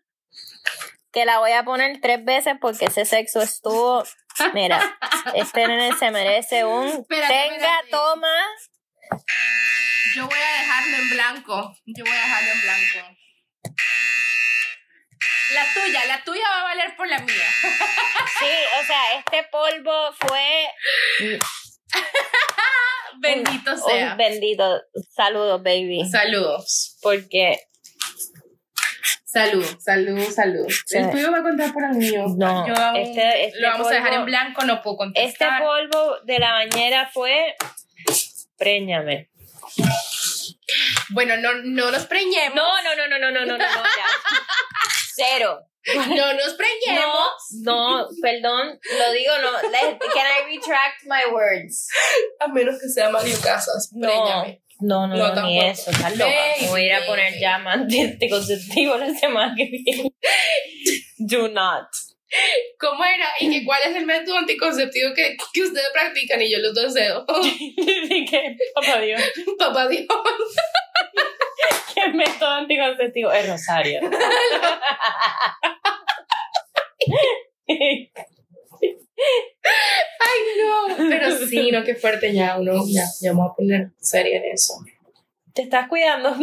B: que la voy a poner tres veces porque ese sexo estuvo. Mira, este nene se merece un.
A: Espérate,
B: tenga,
A: espérate.
B: toma.
A: Yo voy a dejarlo en blanco. Yo voy a dejarlo en blanco. La tuya, la tuya va a valer por la mía.
B: Sí, o sea, este polvo fue.
A: Bendito
B: un
A: sea.
B: bendito. Saludos, Oh, baby.
A: Saludos.
B: Porque.
A: Salud, salud, salud. El tuyo va a contar por el mío.
B: No,
A: Yo aún-
B: este- este
A: lo vamos a dejar
B: polvo-
A: en blanco, no puedo
B: Este
A: contestar.
B: polvo de la bañera fue. Préñame.
A: bueno, no, no nos preñemos.
B: No, no, no, no, no, no, no, no, no,
A: *laughs*
B: ya. Cero.
A: No nos preñemos.
B: No, no, perdón, lo digo, no. le- Can I retract my words?
A: A menos que sea Mario Casas.
B: No.
A: préñame.
B: No, no,
A: No,
B: no, ni
A: tampoco.
B: eso, estás loca. Me voy a ir a poner ya más anticonceptivo la semana que viene. *laughs* Do not. *laughs*
A: ¿Cómo era? ¿Y que cuál es el método anticonceptivo que, que ustedes practican? Y yo los dos dedos.
B: ¿Qué? Papá Dios.
A: *laughs* Papá Dios.
B: ¿Qué método anticonceptivo?
A: *laughs*
B: Es Rosario. *laughs*
A: Ay, no. Pero sí, no, qué fuerte ya. Uno, ya, ya vamos a poner serio en eso.
B: Te estás cuidando.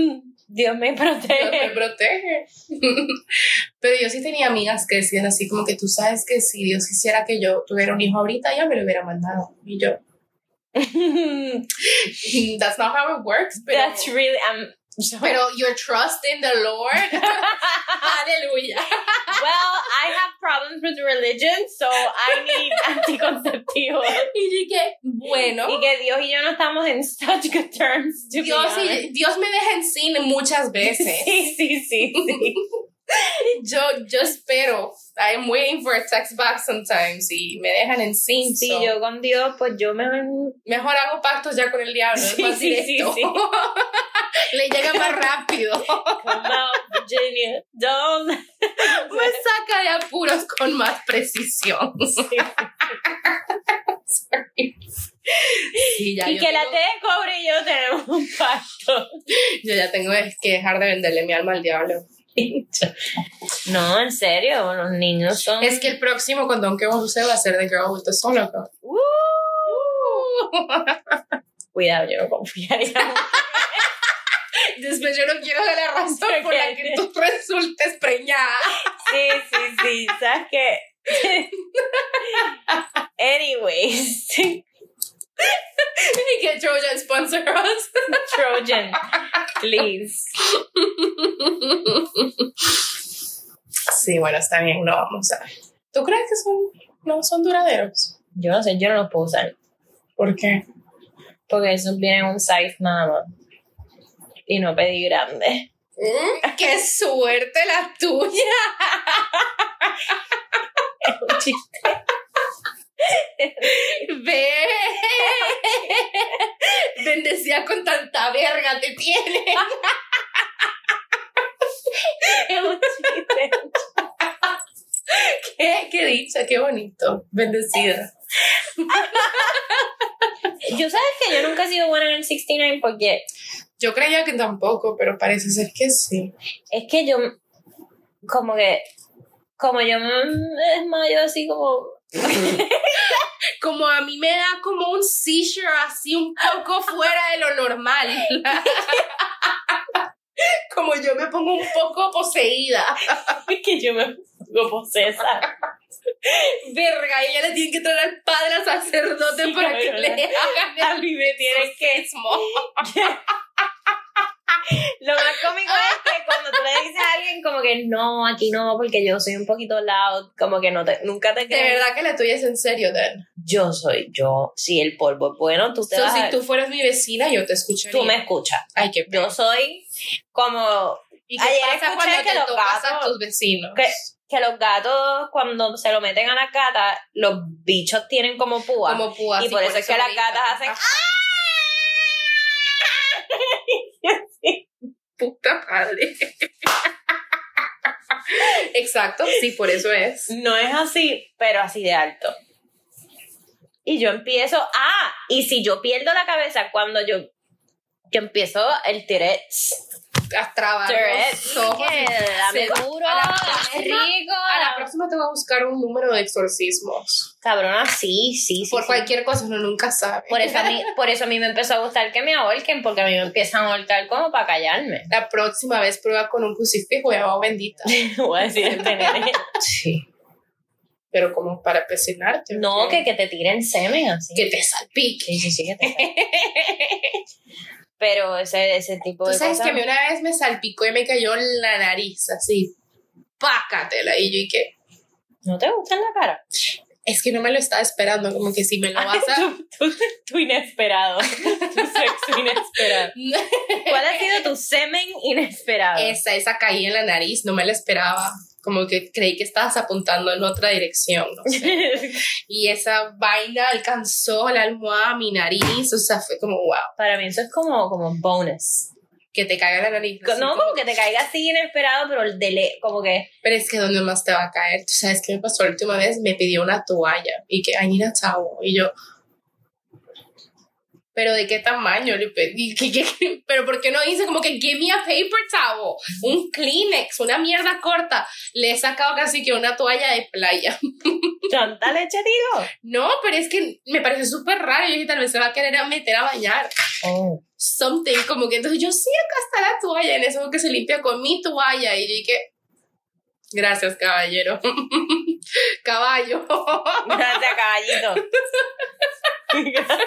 B: Dios me
A: Pero
B: *laughs*
A: me
B: protege.
A: protege. Pero yo sí tenía amigas que decían así como que tú sabes que si Dios quisiera que yo tuviera un hijo ahorita, ya me lo hubiera mandado. Y yo, *laughs* that's not how it works, pero,
B: That's really. I'm,
A: *laughs* pero your trust in the Lord, *laughs* aleluya.
B: well, I have problems with religion, so I need
A: *laughs*
B: anticonceptivos.
A: Y yo que, bueno,
B: Y que Dios y yo no estamos en such good terms. To be
A: Dios,
B: honest.
A: y- Dios me deja en cine muchas *laughs* veces.
B: *laughs* Sí, sí, sí,
A: *laughs*
B: sí.
A: Yo, yo espero. I'm waiting for a text back sometimes y me dejan en sin.
B: Sí,
A: so.
B: yo con Dios, pues yo me.
A: Mejor hago pactos ya con el diablo. es
B: Sí,
A: más
B: sí, sí,
A: directo.
B: sí.
A: *laughs* Le llega más *laughs* rápido.
B: Come out, Virginia. Don't. *laughs*
A: Me saca de apuros con más precisión. Sorry. Sí, ya,
B: y
A: yo,
B: que la
A: tengo-
B: T de cobre y yo tenemos un pacto.
A: yo ya tengo es que dejar de venderle mi alma al diablo.
B: No, en serio, los niños son.
A: Es que el próximo condón que vamos a usar va a ser de Girl with the Solo Cup.
B: Uh,
A: Uh.
B: cuidado, yo no confiaría.
A: Después yo no quiero dar la razón por la que tú resultes preñada.
B: *laughs*
A: *laughs*
B: Sí, sí, sí. ¿Sabes *laughs* qué? Anyways,
A: Y que Trojan sponsor us.
B: Trojan, please.
A: Sí, bueno, está bien, no vamos a. ¿Tú crees que son, no son duraderos?
B: Yo no sé, yo no los puedo usar.
A: ¿Por qué?
B: Porque esos vienen en un size nada más. Y no pedí grande.
A: Mm, ¡Qué suerte la tuya!
B: Un chiste.
A: ¡Ve! Bendecida con tanta verga te tiene.
B: Es un chiste.
A: ¡Qué, qué dicha, qué bonito! Bendecida.
B: Yo sabes que yo nunca he sido buena en el 69 porque
A: Yo creía que tampoco, pero parece ser que sí.
B: Es que yo, como que, como yo mm, me desmayo así como, *laughs*
A: Como a mí me da como un seizure así un poco fuera de lo normal. *laughs* Como yo me pongo un poco poseída.
B: que yo me pongo posesa.
A: Verga, y ella le tienen que traer al padre al sacerdote
B: Sí,
A: para que
B: cabrón.
A: le hagan
B: A
A: el
B: mí me tienen que...
A: mismo.
B: Lo más cómico es que cuando tú le dices a alguien como que no, aquí no, porque yo soy un poquito loud, como que no te, nunca te
A: De
B: creen.
A: verdad que la tuya es en serio, Dan.
B: Yo soy yo. Si el polvo es bueno, tú te
A: So,
B: vas
A: si
B: a-
A: tú fueras mi vecina, yo te escucharía.
B: tú me escuchas.
A: Ay, qué
B: Yo soy como
A: ¿Y qué
B: Ayer
A: pasa
B: escuché
A: cuando
B: que
A: te
B: los
A: tocas a
B: gatos-
A: tus vecinos?
B: que, que los gatos cuando se lo meten a la cata, los bichos tienen como púa.
A: Como púas.
B: Y por eso es que las
A: gritan.
B: gatas hacen, ¡ah!
A: Ajá. Puta madre. Exacto, sí, por eso es.
B: No es así, pero así de alto. Y yo empiezo, ah, y si yo pierdo la cabeza cuando yo, yo empiezo el tiret,
A: A trabar
B: tiret,
A: los ojos.
B: que dame
A: se-
B: duro,
A: a la
B: dame
A: próxima-
B: rico.
A: A la próxima te voy a buscar un número de exorcismos.
B: Cabrona, sí, sí, sí.
A: por
B: sí.
A: cualquier cosa, uno nunca sabe.
B: Por eso, a mí, por eso a mí me empezó a gustar que me ahorquen, porque a mí me empiezan a ahorcar como para callarme.
A: *laughs*
B: *laughs*
A: La próxima vez prueba con un crucifijo y agua bendita.
B: Voy a decir este nene.
A: Sí. Pero como para presionarte.
B: No, que, que te tiren semen así.
A: que te salpique.
B: Sí, sí, sí, que te *laughs* Pero ese, ese tipo
A: Tú
B: de
A: sabes
B: cosas-
A: que a mí una vez me salpicó y me cayó en la nariz, así. Pácatela. Y yo, ¿y qué?
B: ¿No te gusta en la cara?
A: Es que no me lo estaba esperando, como que si me lo vas a.
B: *laughs* tú, tú- tú
A: *laughs*
B: inesperado. tu sexo inesperado. ¿Cuál ha sido tu semen inesperado?
A: *laughs* esa, esa caída en la nariz, no me la esperaba. Como que creí que estabas apuntando en otra dirección, no sé. Y esa vaina alcanzó la almohada, mi nariz, o sea, fue como wow.
B: Para mí eso es como, como bonus.
A: que te caiga la nariz.
B: Co-
A: así
B: No,
A: como-
B: como que te caiga así inesperado, pero el dele, como que.
A: Pero es que donde más te va a caer. Tú sabes qué me pasó la última vez, me pidió una toalla y que, I need a towel. Y yo, ¿pero de qué tamaño le pedí? ¿Qué- qué- qué? ¿Pero por qué no hice como que, give me a paper towel? Un Kleenex, una mierda corta. Le he sacado casi que una toalla de playa. *laughs*
B: ¿Tanta leche, tío?
A: No, pero es que me pareció súper raro. Yo dije, tal vez se va a querer meter a bañar.
B: Oh.
A: Something, como que entonces yo, sí, acá está la toalla. En eso que se limpia con mi toalla. Y yo dije, gracias, caballero. *laughs* Caballo.
B: *laughs*
A: *laughs*
B: Gracias, caballito. Gracias.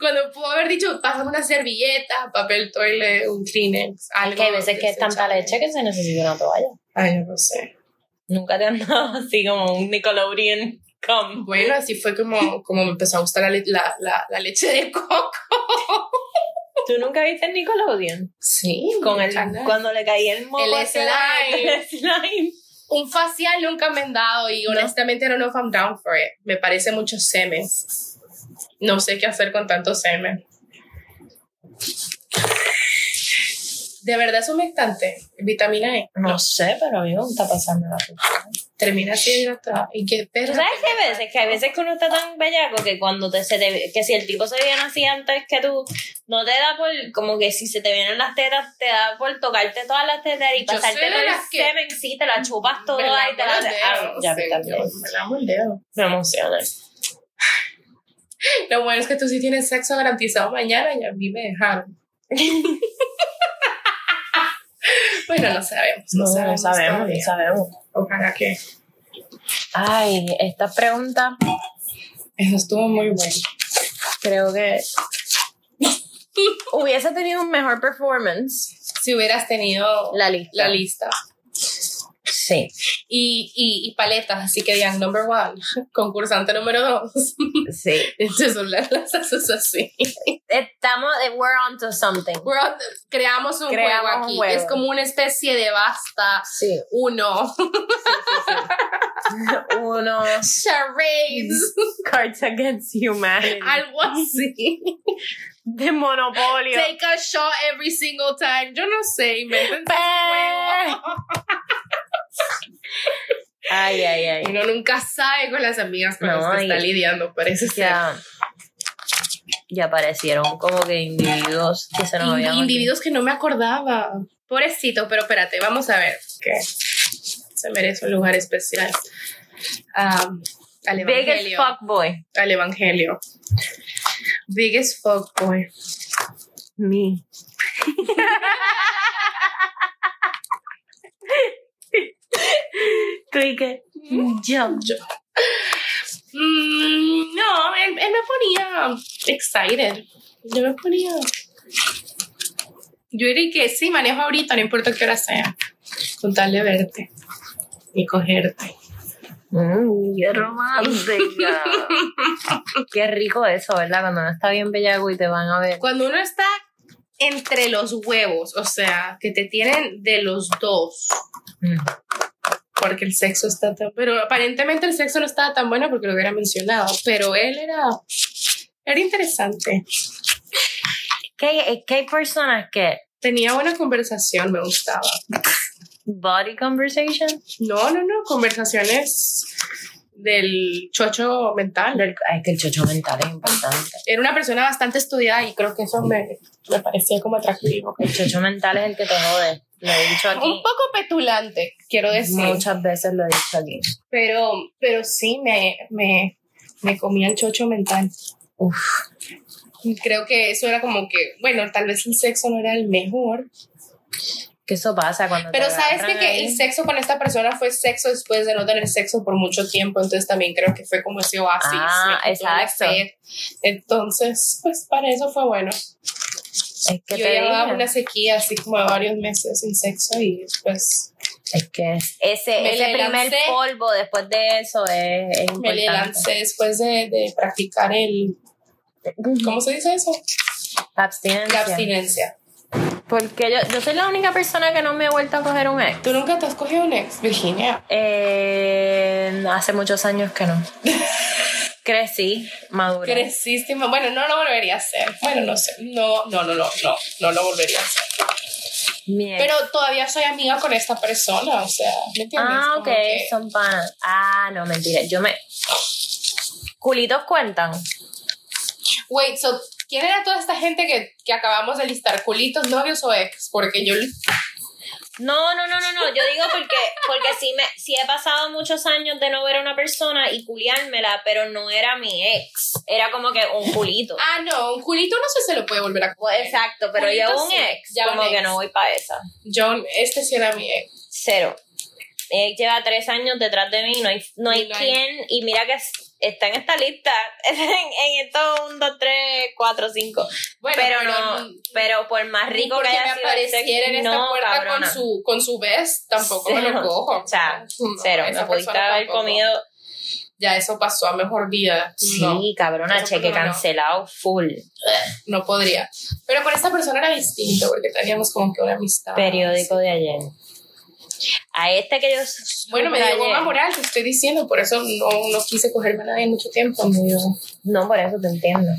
A: Cuando pudo haber dicho, pásame una servilleta, papel toilet, un Kleenex, algo.
B: Que hay veces que es tanta
A: desechable.
B: leche que se necesita una toalla.
A: Ay, yo no sé.
B: Nunca te han dado así como un Nickelodeon cum.
A: Bueno, así fue como, como me empezó a gustar la, le- la, la, la leche de coco.
B: ¿Tú nunca viste el Nickelodeon?
A: Sí,
B: Con el,
A: canal.
B: cuando le caía el moco.
A: El
B: hacia la-
A: slime.
B: *laughs* el slime.
A: un facial nunca me han dado y honestamente no know if I'm down for it. Me parece mucho semen. No sé qué hacer con tanto semen. De verdad es un estante. Vitamina E.
B: No sé, pero a mí me gusta pasarme la puta.
A: Termina así hidratada. Y qué
B: ¿Tú
A: perra.
B: sabes que hay veces? Que hay veces que uno está tan bellaco que cuando te, se te- que si el tipo se viene así antes que tú, no te da por, como que si se te vienen las tetas, te da por tocarte todas las tetas y
A: Yo soy
B: pasarte
A: de
B: todo el
A: las que-
B: semen, sí, te la chupas
A: Me
B: toda
A: lamo
B: y te la...
A: los dedos,
B: Ah, ya me
A: señor,
B: cambié.
A: me lamo el dedo.
B: Me emociona.
A: Lo bueno es que tú sí tienes sexo garantizado mañana y a mí me
B: *laughs*
A: dejaron. bueno, no sabemos. No, sabemos. todavía.
B: sabemos.
A: Ojalá que.
B: Ay, esta pregunta
A: Eso estuvo muy bueno.
B: creo que *laughs* hubiese tenido un mejor performance
A: Si hubieras tenido
B: la lista.
A: la lista.
B: Sí.
A: Y, y, y paletas, así que digan number one, *laughs* concursante número dos. *laughs*
B: Sí.
A: Entonces son las, las haces así.
B: Estamos, eh, we're on to something.
A: We're on- creamos un
B: Creamos
A: juego
B: un
A: aquí.
B: juego.
A: Es como una especie de basta.
B: Sí.
A: Uno.
B: *laughs*
A: *laughs*
B: Uno.
A: Charades.
B: Cards Against Humanity.
A: Algo así.
B: de Monopolio.
A: Take a shot every single time. Yo no sé, inventen
B: Ay, ay, ay.
A: Uno nunca sabe con las amigas con las
B: No,
A: que
B: y-
A: está lidiando, parece ser.
B: Ya, ya aparecieron como que individuos que se nos
A: Ind-
B: habían...
A: individuos que no me acordaba. Pobrecito, pero espérate, vamos a ver. Que se merece un lugar especial. Am, al
B: Biggest
A: evangelio.
B: fuckboy.
A: Al evangelio. Biggest fuckboy.
B: Me. *laughs* ¿Tú y qué? Yo.
A: Yo. Mm, no, él, él me ponía excited. Yo me ponía. Yo diría que sí, manejo ahorita, no importa qué hora sea. Con tal de verte y cogerte.
B: Mm,
A: *laughs*
B: qué romántica. qué rico eso, ¿verdad? Cuando uno está bien bellaco y te van a ver.
A: Cuando uno está entre los huevos, o sea, que te tienen de los dos,
B: Mm.
A: porque el sexo está tan. Pero aparentemente el sexo no estaba tan bueno porque lo hubiera mencionado, pero él era. Era interesante.
B: que hay, que hay personas que
A: Tenía buena conversación, me gustaba.
B: body conversation
A: No, no, no, conversaciones del chocho mental.
B: del- ay que el chocho mental es importante
A: Era una persona bastante estudiada y creo que eso me, me parecía como atractivo.
B: el chocho mental es el que te jode lo he dicho
A: Un
B: aquí
A: poco petulante, quiero decir.
B: muchas veces lo he dicho aquí
A: Pero, pero sí me, me, me comía el chocho mental.
B: Uf.
A: Creo que eso era como que, bueno, tal vez el sexo no era el mejor.
B: que eso pasa cuando te
A: Pero sabes
B: agarran
A: que, que
B: ahí.
A: el sexo con esta persona fue sexo después de no tener sexo por mucho tiempo. Entonces también creo que fue como ese oasis.
B: Ah,
A: me quitó la
B: exacto.
A: sed. Entonces, pues para eso fue bueno.
B: es que
A: Yo
B: te
A: llevaba
B: digo,
A: una sequía así como de varios meses sin sexo y después
B: es que es- ese,
A: Me
B: ese
A: le
B: primer
A: lancé.
B: polvo después de eso es, es
A: me le
B: importante
A: lancé después de, de practicar el... ¿Cómo se dice eso? La
B: abstinencia
A: abstinencia.
B: porque yo, yo soy la única persona que no me he vuelto a coger un ex
A: ¿Tú nunca te has cogido un ex, Virginia? *laughs*
B: Eh, hace muchos años que no Crecí, maduré.
A: Creciste. ma- Bueno, no lo volvería a hacer. Bueno, no sé. No, no, no, no, no. No lo volvería a hacer.
B: Mierda.
A: Pero todavía soy amiga con esta persona, o sea, ¿me entiendes?
B: ah,
A: Como
B: ok,
A: que-
B: son panas. Ah, no, mentira. Yo me. Culitos cuentan.
A: Wait, so, ¿quién era toda esta gente que, que acabamos de listar? ¿Culitos, novios o ex? Porque yo...
B: No, no, no, no, no. Yo digo porque, porque sí me, sí he pasado muchos años de no ver a una persona y culiármela, pero no era mi ex. Era como que un culito.
A: Ah, no, un culito no sé si se lo puede volver a...
B: Pues, Exacto, pero
A: Culito
B: yo un
A: sí,
B: ex.
A: ya un
B: como que
A: ex.
B: no voy para esa.
A: John, este sí era mi ex.
B: Cero. Mi ex lleva tres años detrás de mí, no hay, no hay
A: No hay-
B: quien. Y mira que es- está en esta lista. *laughs* En, en estos 1, 2, 3, 4, 5.
A: Bueno,
B: pero, no, pero por más
A: Ni
B: rico que
A: porque me
B: haya sido el
A: apareciera en
B: sexo,
A: esta
B: no,
A: puerta con
B: cabrona.
A: su, con su vez, tampoco me lo
B: Cero.
A: cojo.
B: O sea,
A: No,
B: Cero,
A: esa
B: me pudiste
A: persona
B: haber
A: tampoco.
B: comido
A: Ya eso pasó a mejor vida.
B: Sí,
A: No,
B: cabrona,
A: Eso
B: cheque
A: por lo menos.
B: cancelado full.
A: no podría. Pero con esta persona era distinto, porque teníamos como que una amistad.
B: Periódico de ayer. A esta que yo.
A: Bueno, me
B: supe
A: dio goma
B: ayer.
A: moral, te estoy diciendo, por eso no, no quise cogerme a nadie mucho tiempo. me dio-
B: No, por eso te entiendo.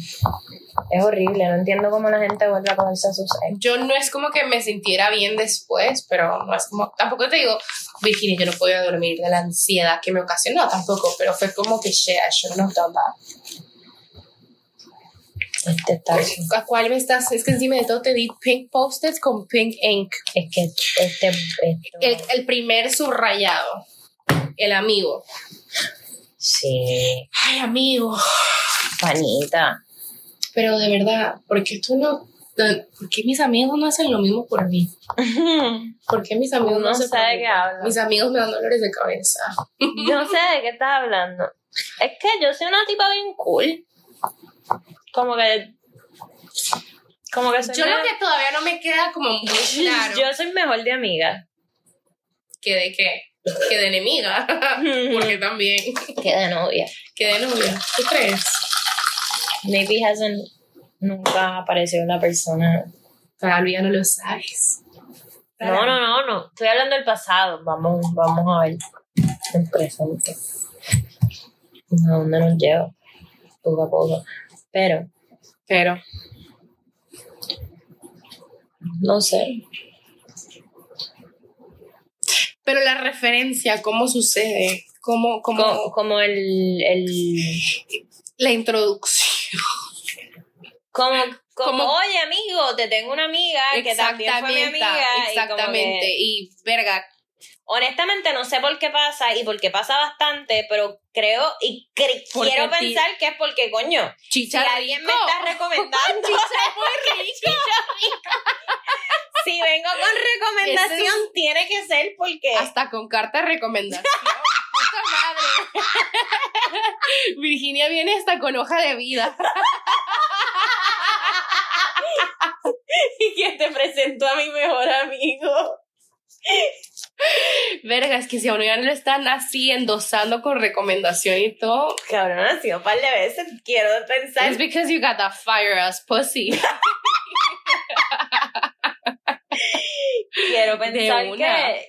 B: Es horrible, no entiendo cómo la gente vuelve a comerse a sus ex.
A: Yo no es como que me sintiera bien después, pero no es como, tampoco te digo, Virginia, yo no podía dormir de la ansiedad que me ocasionó tampoco, pero fue como que, shit, I shouldn't have done that.
B: Este está. Es
A: ¿A cuál me estás? Es que encima de todo te di pink post-its con pink ink.
B: que este. esto-
A: El, el primer subrayado. El amigo.
B: Sí,
A: Ay, amigo. *laughs*
B: panita.
A: Pero de verdad, ¿por qué tú no...? no- ¿Por qué mis amigos no hacen lo mismo por mí? ¿Por qué mis amigos no,
B: no
A: hacen
B: sabe
A: por
B: de
A: mí?
B: qué habla.
A: Mis amigos me dan dolores de cabeza.
B: Yo no sé de qué estás hablando. Es que yo soy una tipa bien cool. Como que. Como que soy
A: Yo lo
B: medio-
A: que todavía no me queda como muy claro
B: *laughs* Yo soy mejor de amiga.
A: que de qué, que de
B: *laughs*
A: enemiga, porque también,
B: que de novia.
A: que de novia. ¿Tú crees?
B: Maybe hasn't nunca aparecido una persona.
A: Todavía no lo sabes.
B: No, no, no, no. Estoy hablando del pasado. Vamos, vamos a ver. El presente. ¿A dónde nos lleva? Poco a poco. Pero,
A: Pero
B: no sé.
A: Pero la referencia, ¿cómo sucede? ¿Cómo, cómo
B: Como, como el, el.
A: la introducción?
B: Como, como,
A: Como-
B: oye, amigo, te tengo una amiga Ah, que también fue mi amiga. y como que-
A: exactamente. Y, verga,
B: honestamente, no sé por qué pasa y por qué pasa bastante, pero creo y cre-
A: Porque
B: quiero
A: ti-
B: pensar que es porque, coño. Si
A: chicha
B: alguien me
A: rico. *laughs*
B: está recomendando. si vengo con recomendación,
A: Eso
B: tiene que ser porque.
A: Hasta con carta de recomendación. Puta madre. Virginia viene hasta con hoja de vida.
B: *laughs* Y que te presento a mi mejor amigo.
A: Verga, es que si a uno ya no lo están así endosando con recomendación y todo.
B: Cabrón, ha sido un par de veces. Quiero pensar.
A: It's because you got that fire ass pussy.
B: quiero pensar
A: una.
B: que,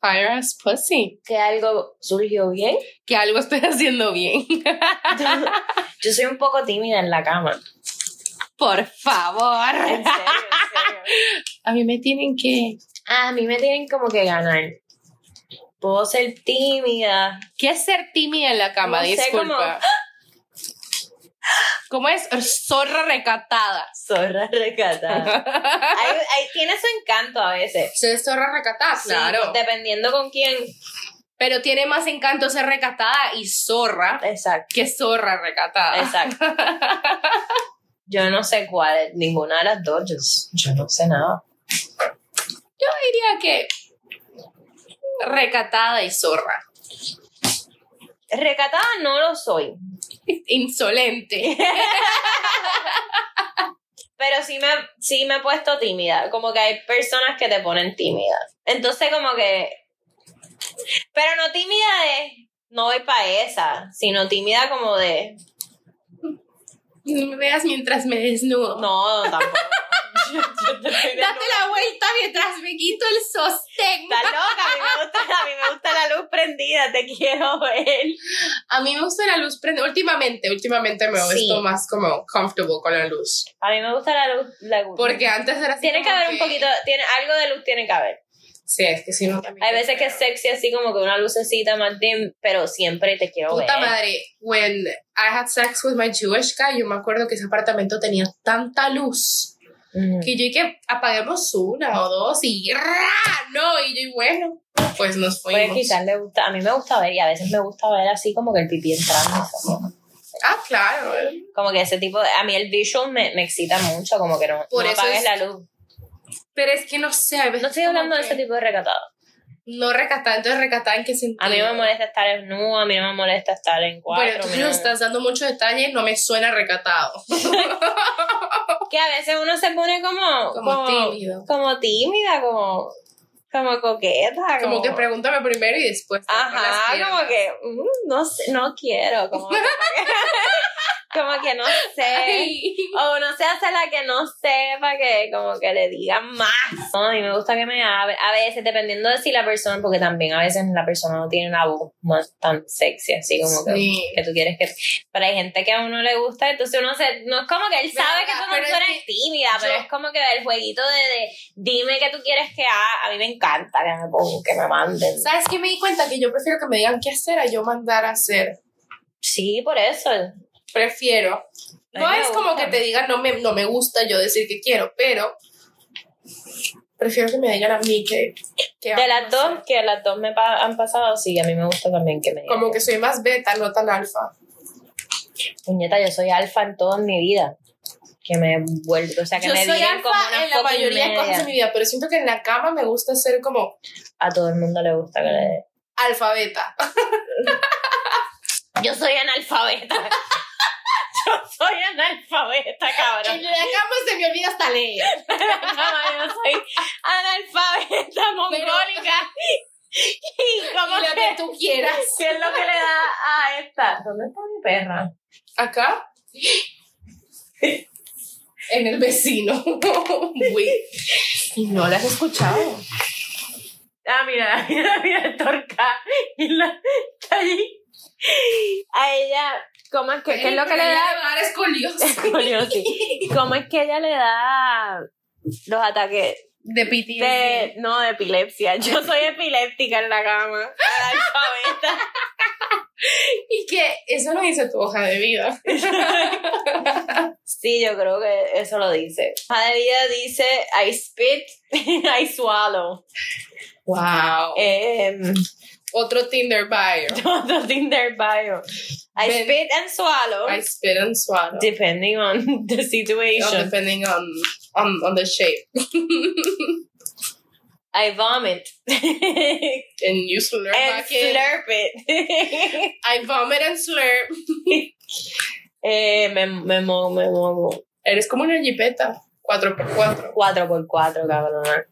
A: Fire ass pussy.
B: que algo surgió bien. *laughs*
A: Que algo estoy haciendo bien.
B: Yo soy un poco tímida en la cama.
A: Por favor.
B: En serio, en serio.
A: A mí me tienen que.
B: Ah, A mí me tienen como que ganar. Puedo ser tímida.
A: ¿Qué es ser tímida en la cama?
B: No sé,
A: Disculpa. ¿Cómo es? Zorra recatada.
B: Zorra
A: *laughs*
B: recatada. Hay- hay- tiene su encanto a veces.
A: Ser zorra recatada,
B: Sí, dependiendo con quién.
A: Pero tiene más encanto ser recatada y zorra
B: Exacto.
A: que zorra recatada.
B: Exacto. Yo no sé cuál, es, ninguna de las dos. Yo, s- yo no sé nada.
A: Yo diría que. Recatada y zorra.
B: Recatada no lo soy.
A: Insolente.
B: Pero sí me, sí me he puesto tímida. Como que hay personas que te ponen tímida. Entonces, como que. Pero no tímida de. No voy para esa. Sino tímida como de.
A: No me veas mientras me desnudo.
B: No, tampoco. *laughs* Yo- yo te estoy
A: Date
B: desnuda.
A: la vuelta mientras me quito el sostén.
B: Está loca, a mí me gusta, a mí me gusta la luz prendida, te quiero ver.
A: A mí me gusta la luz prendida. Últimamente, últimamente me he
B: Sí.
A: visto más como comfortable con la luz.
B: A mí me gusta la luz. La luz.
A: Porque antes era así
B: tiene que
A: como
B: haber un poquito, tiene, algo de luz tiene que haber.
A: Sí, es que si no también.
B: Hay veces que es sexy así como que una lucecita más dim, pero siempre te quiero
A: Puta
B: ver.
A: madre, when I had sex with my Jewish guy, yo me acuerdo que ese apartamento tenía tanta luz
B: Mm.
A: que yo dije, apaguemos una o dos y ¡ra! no, y yo, y bueno, pues nos
B: Pues
A: fuimos.
B: quizás le gusta, a mí me gusta ver y a veces me gusta ver así como que el pipí entrando. como-
A: Ah, claro. eh.
B: Como que ese tipo, de- a mí el visual me, me excita mucho, como que no,
A: Por
B: no
A: eso
B: apagues
A: es-
B: la luz.
A: Pero es que no sé, a veces
B: No estoy
A: como
B: hablando de
A: que
B: este ese tipo de recatado.
A: No recatada, entonces recatada en qué sentido.
B: A mí me molesta estar en nu, a mí no me molesta estar en cuatro.
A: Bueno, tú
B: a mí
A: nos
B: no me-
A: estás dando mucho detalle, no me suena recatado.
B: Que a veces uno se pone como...
A: Como tímido.
B: Como tímida, como... Como coqueta.
A: Como que pregúntame primero y después. te abro las
B: Ajá,
A: piernas.
B: como que... mm, no sé, no quiero. Como que, *laughs* como que no sé. *laughs*
A: Ay.
B: O no se hace la que no sepa que como que le digan más. No, a mí me gusta que me hable. A veces, dependiendo de si la persona, porque también a veces la persona no tiene una voz más tan sexy, así como que,
A: Sí.
B: que tú quieres que. Pero hay gente que a uno le gusta, entonces uno se. No es como que él
A: Pero
B: sabe que
A: acá,
B: como
A: pero
B: tú
A: es
B: eres tímida, pero
A: yo-
B: es como que el jueguito de, de dime que tú quieres que haga. A mí me encanta que me pongan, que me manden.
A: ¿Sabes qué me di cuenta? Que yo prefiero que me digan qué hacer a yo mandar a hacer.
B: Sí, por eso.
A: Prefiero. No
B: A mí me
A: es como
B: gusta.
A: que te digan no me, no me gusta yo decir que quiero, pero prefiero que me digan a mí que... que
B: De
A: hago,
B: las
A: no
B: dos, que las dos me pa- han pasado, sí, a mí me gusta también que me
A: sé. Como que soy más beta, no tan alfa.
B: Puñeta, yo soy alfa en toda mi vida. Que me vuelvo, o sea, que
A: Yo
B: me
A: soy
B: viven como
A: alfa
B: una
A: en la
B: fucking
A: mayoría de cosas
B: media.
A: de mi vida, pero siento que en la cama me gusta ser como
B: A todo el mundo le gusta que le dé.
A: alfabeta.
B: Yo soy analfabeta. *laughs* yo soy analfabeta, cabrón.
A: En la cama se me olvida hasta leer.
B: yo soy analfabeta mongólica. y como
A: Y lo que tú quieras.
B: *laughs* ¿Qué es lo que le da a esta? ¿Dónde está mi perra?
A: Acá. En el vecino. Uy. Y no la has escuchado.
B: Ah, mira, *laughs* mira, mira, torca. Y la, está allí. A ella, ¿cómo es que, qué es lo que le da?
A: dar
B: *laughs*
A: escoliosis.
B: Scoliosis. ¿Cómo es que ella le da los ataques
A: De piti.
B: de, no, de epilepsia? Yo soy epiléptica en la cama, analfabeta.
A: Y que eso lo dice tu hoja de vida.
B: Sí, yo creo que eso lo dice. Madelia dice, I spit, *laughs* I swallow.
A: Wow.
B: Em,
A: Eh,
B: *laughs*
A: Otro Tinder bio.
B: todo Tinder bio. I
A: Ven.
B: spit and swallow.
A: I spit and swallow.
B: Depending on *laughs* the
A: Oh,
B: situation.
A: depending on, on, on the shape. *laughs*
B: I vomit. and
A: And you slurp back in.
B: slurp it. *laughs*
A: I vomit and slurp.
B: Eh, me, me mogo, me mogo.
A: Eres como una jipeta. 4x4.
B: 4x4, cabrona.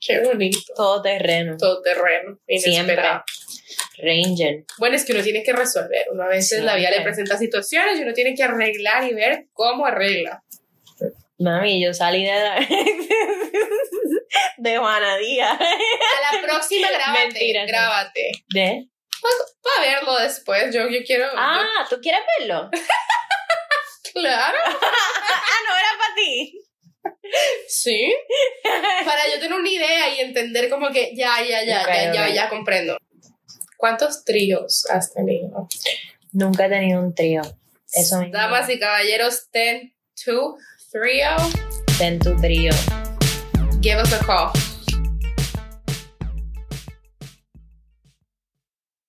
A: Qué bonito.
B: Todo terreno.
A: Todo terreno.
B: Siempre.
A: Inesperado.
B: Ranger.
A: Bueno, es que uno tiene que resolver. Uno a veces la vida le
B: Siempre.
A: presenta situaciones y uno tiene que arreglar y ver cómo arregla.
B: Mami, yo salí de la... *laughs* de Juana Díaz.
A: A la *laughs*
B: *laughs*
A: próxima, grábate.
B: Mentira, no.
A: Grábate.
B: ¿De?
A: Para verlo después. Yo, yo quiero. yo-
B: Ah, ¿tú quieres verlo?
A: *laughs* claro.
B: *laughs* ah, no, era para ti.
A: Sí. Para yo tener una idea y entender como que ya, ya, ya,
B: Ok,
A: ya, ya,
B: ok.
A: ya comprendo. ¿Cuántos tríos has tenido?
B: Nunca he tenido un trío. Eso mismo.
A: Damas y caballeros, ten, two, three, oh.
B: Ten tu trío.
A: Give us a call.